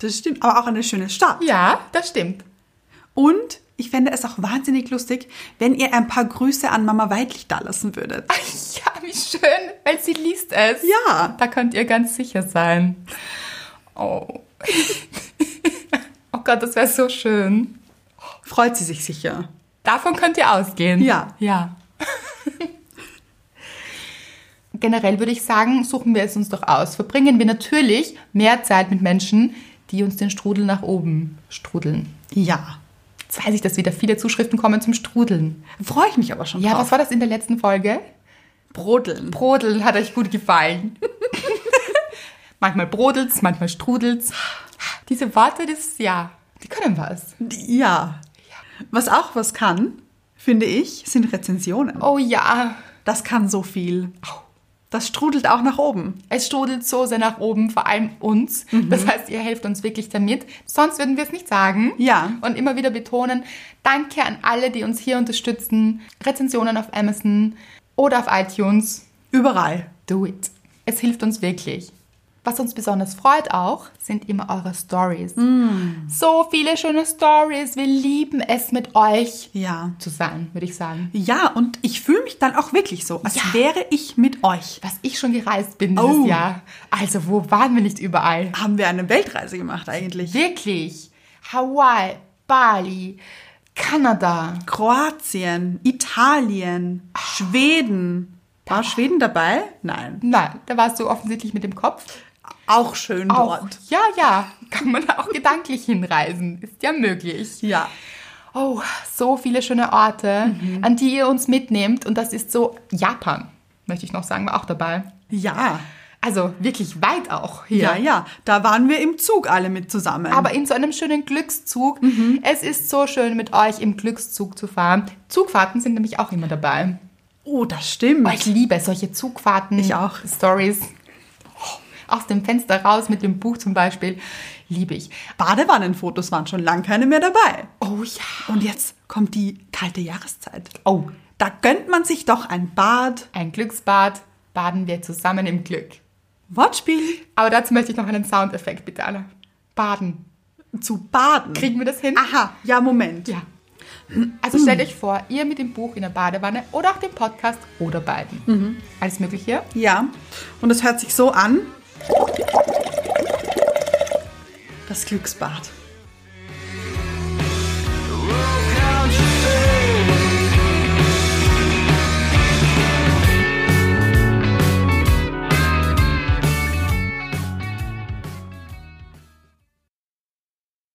S1: das stimmt. Aber auch eine schöne Stadt.
S2: ja, das stimmt.
S1: Und ich fände es auch wahnsinnig lustig, wenn ihr ein paar Grüße an Mama Weidlich dalassen würdet.
S2: Ja, wie schön, weil sie liest es.
S1: Ja.
S2: Da könnt ihr ganz sicher sein. Oh. oh Gott, das wäre so schön.
S1: Freut sie sich sicher.
S2: Davon könnt ihr ausgehen.
S1: Ja.
S2: Ja. Generell würde ich sagen, suchen wir es uns doch aus. Verbringen wir natürlich mehr Zeit mit Menschen, die uns den Strudel nach oben strudeln.
S1: Ja.
S2: Jetzt weiß ich, dass wieder viele Zuschriften kommen zum Strudeln.
S1: Freue ich mich aber schon
S2: Ja,
S1: drauf.
S2: was war das in der letzten Folge?
S1: Brodeln.
S2: Brodeln hat euch gut gefallen. manchmal brodelt's, manchmal strudelt's. Diese Worte, das, ja, die können was.
S1: Ja. Was auch was kann, finde ich, sind Rezensionen.
S2: Oh ja,
S1: Das kann so viel. Das strudelt auch nach oben.
S2: es strudelt so sehr nach oben, vor allem uns.
S1: Mhm.
S2: Das heißt, ihr helft uns wirklich damit. Sonst würden wir es nicht sagen.
S1: Ja.
S2: Und immer wieder betonen, danke an alle, die uns hier unterstützen. Rezensionen auf Amazon oder auf iTunes.
S1: Überall.
S2: Do it. Es hilft uns wirklich. Was uns besonders freut auch, sind immer eure Stories.
S1: Mm.
S2: So viele schöne Stories. Wir lieben es mit euch
S1: Ja.
S2: zu sein, würde ich sagen.
S1: Ja, und ich fühle mich dann auch wirklich so, als wäre ich mit euch.
S2: Was ich schon gereist bin dieses
S1: Oh.
S2: Jahr. Also, wo waren wir nicht überall?
S1: Haben wir eine Weltreise gemacht eigentlich?
S2: Wirklich. Hawaii, Bali, Kanada.
S1: Kroatien, Italien,
S2: Ah.
S1: Schweden. War Schweden dabei? Nein.
S2: Nein, da warst du offensichtlich mit dem Kopf.
S1: Auch schön
S2: Auch.
S1: dort.
S2: Ja, ja. Kann man auch gedanklich hinreisen. Ist ja möglich.
S1: Ja.
S2: Oh, so viele schöne Orte, an die ihr uns mitnehmt. Und das ist so Japan, möchte ich noch sagen, war auch dabei.
S1: Ja.
S2: Also wirklich weit auch hier.
S1: Ja, ja. Da waren wir im Zug alle mit zusammen.
S2: Aber in so einem schönen Glückszug. Es ist so schön, mit euch im Glückszug zu fahren. Zugfahrten sind nämlich auch immer dabei.
S1: oh, das stimmt.
S2: Oh, ich liebe solche Zugfahrten.
S1: Ich auch.
S2: Stories. Aus dem Fenster raus mit dem Buch zum Beispiel. Liebe ich.
S1: Badewannenfotos waren schon lang keine mehr dabei.
S2: Oh ja.
S1: Und jetzt kommt die kalte Jahreszeit.
S2: Oh,
S1: Da gönnt man sich doch ein Bad.
S2: ein Glücksbad. Baden wir zusammen im Glück.
S1: Wortspiel
S2: Aber dazu möchte ich noch einen Soundeffekt, bitte, Anna. Baden.
S1: zu baden.
S2: Kriegen wir das hin?
S1: Aha, ja, Moment.
S2: Ja. Also stellt euch vor, ihr mit dem Buch in der Badewanne oder auch dem Podcast oder beiden.
S1: Mhm.
S2: Alles Mögliche.
S1: Ja, und das hört sich so an. Das Glücksbad.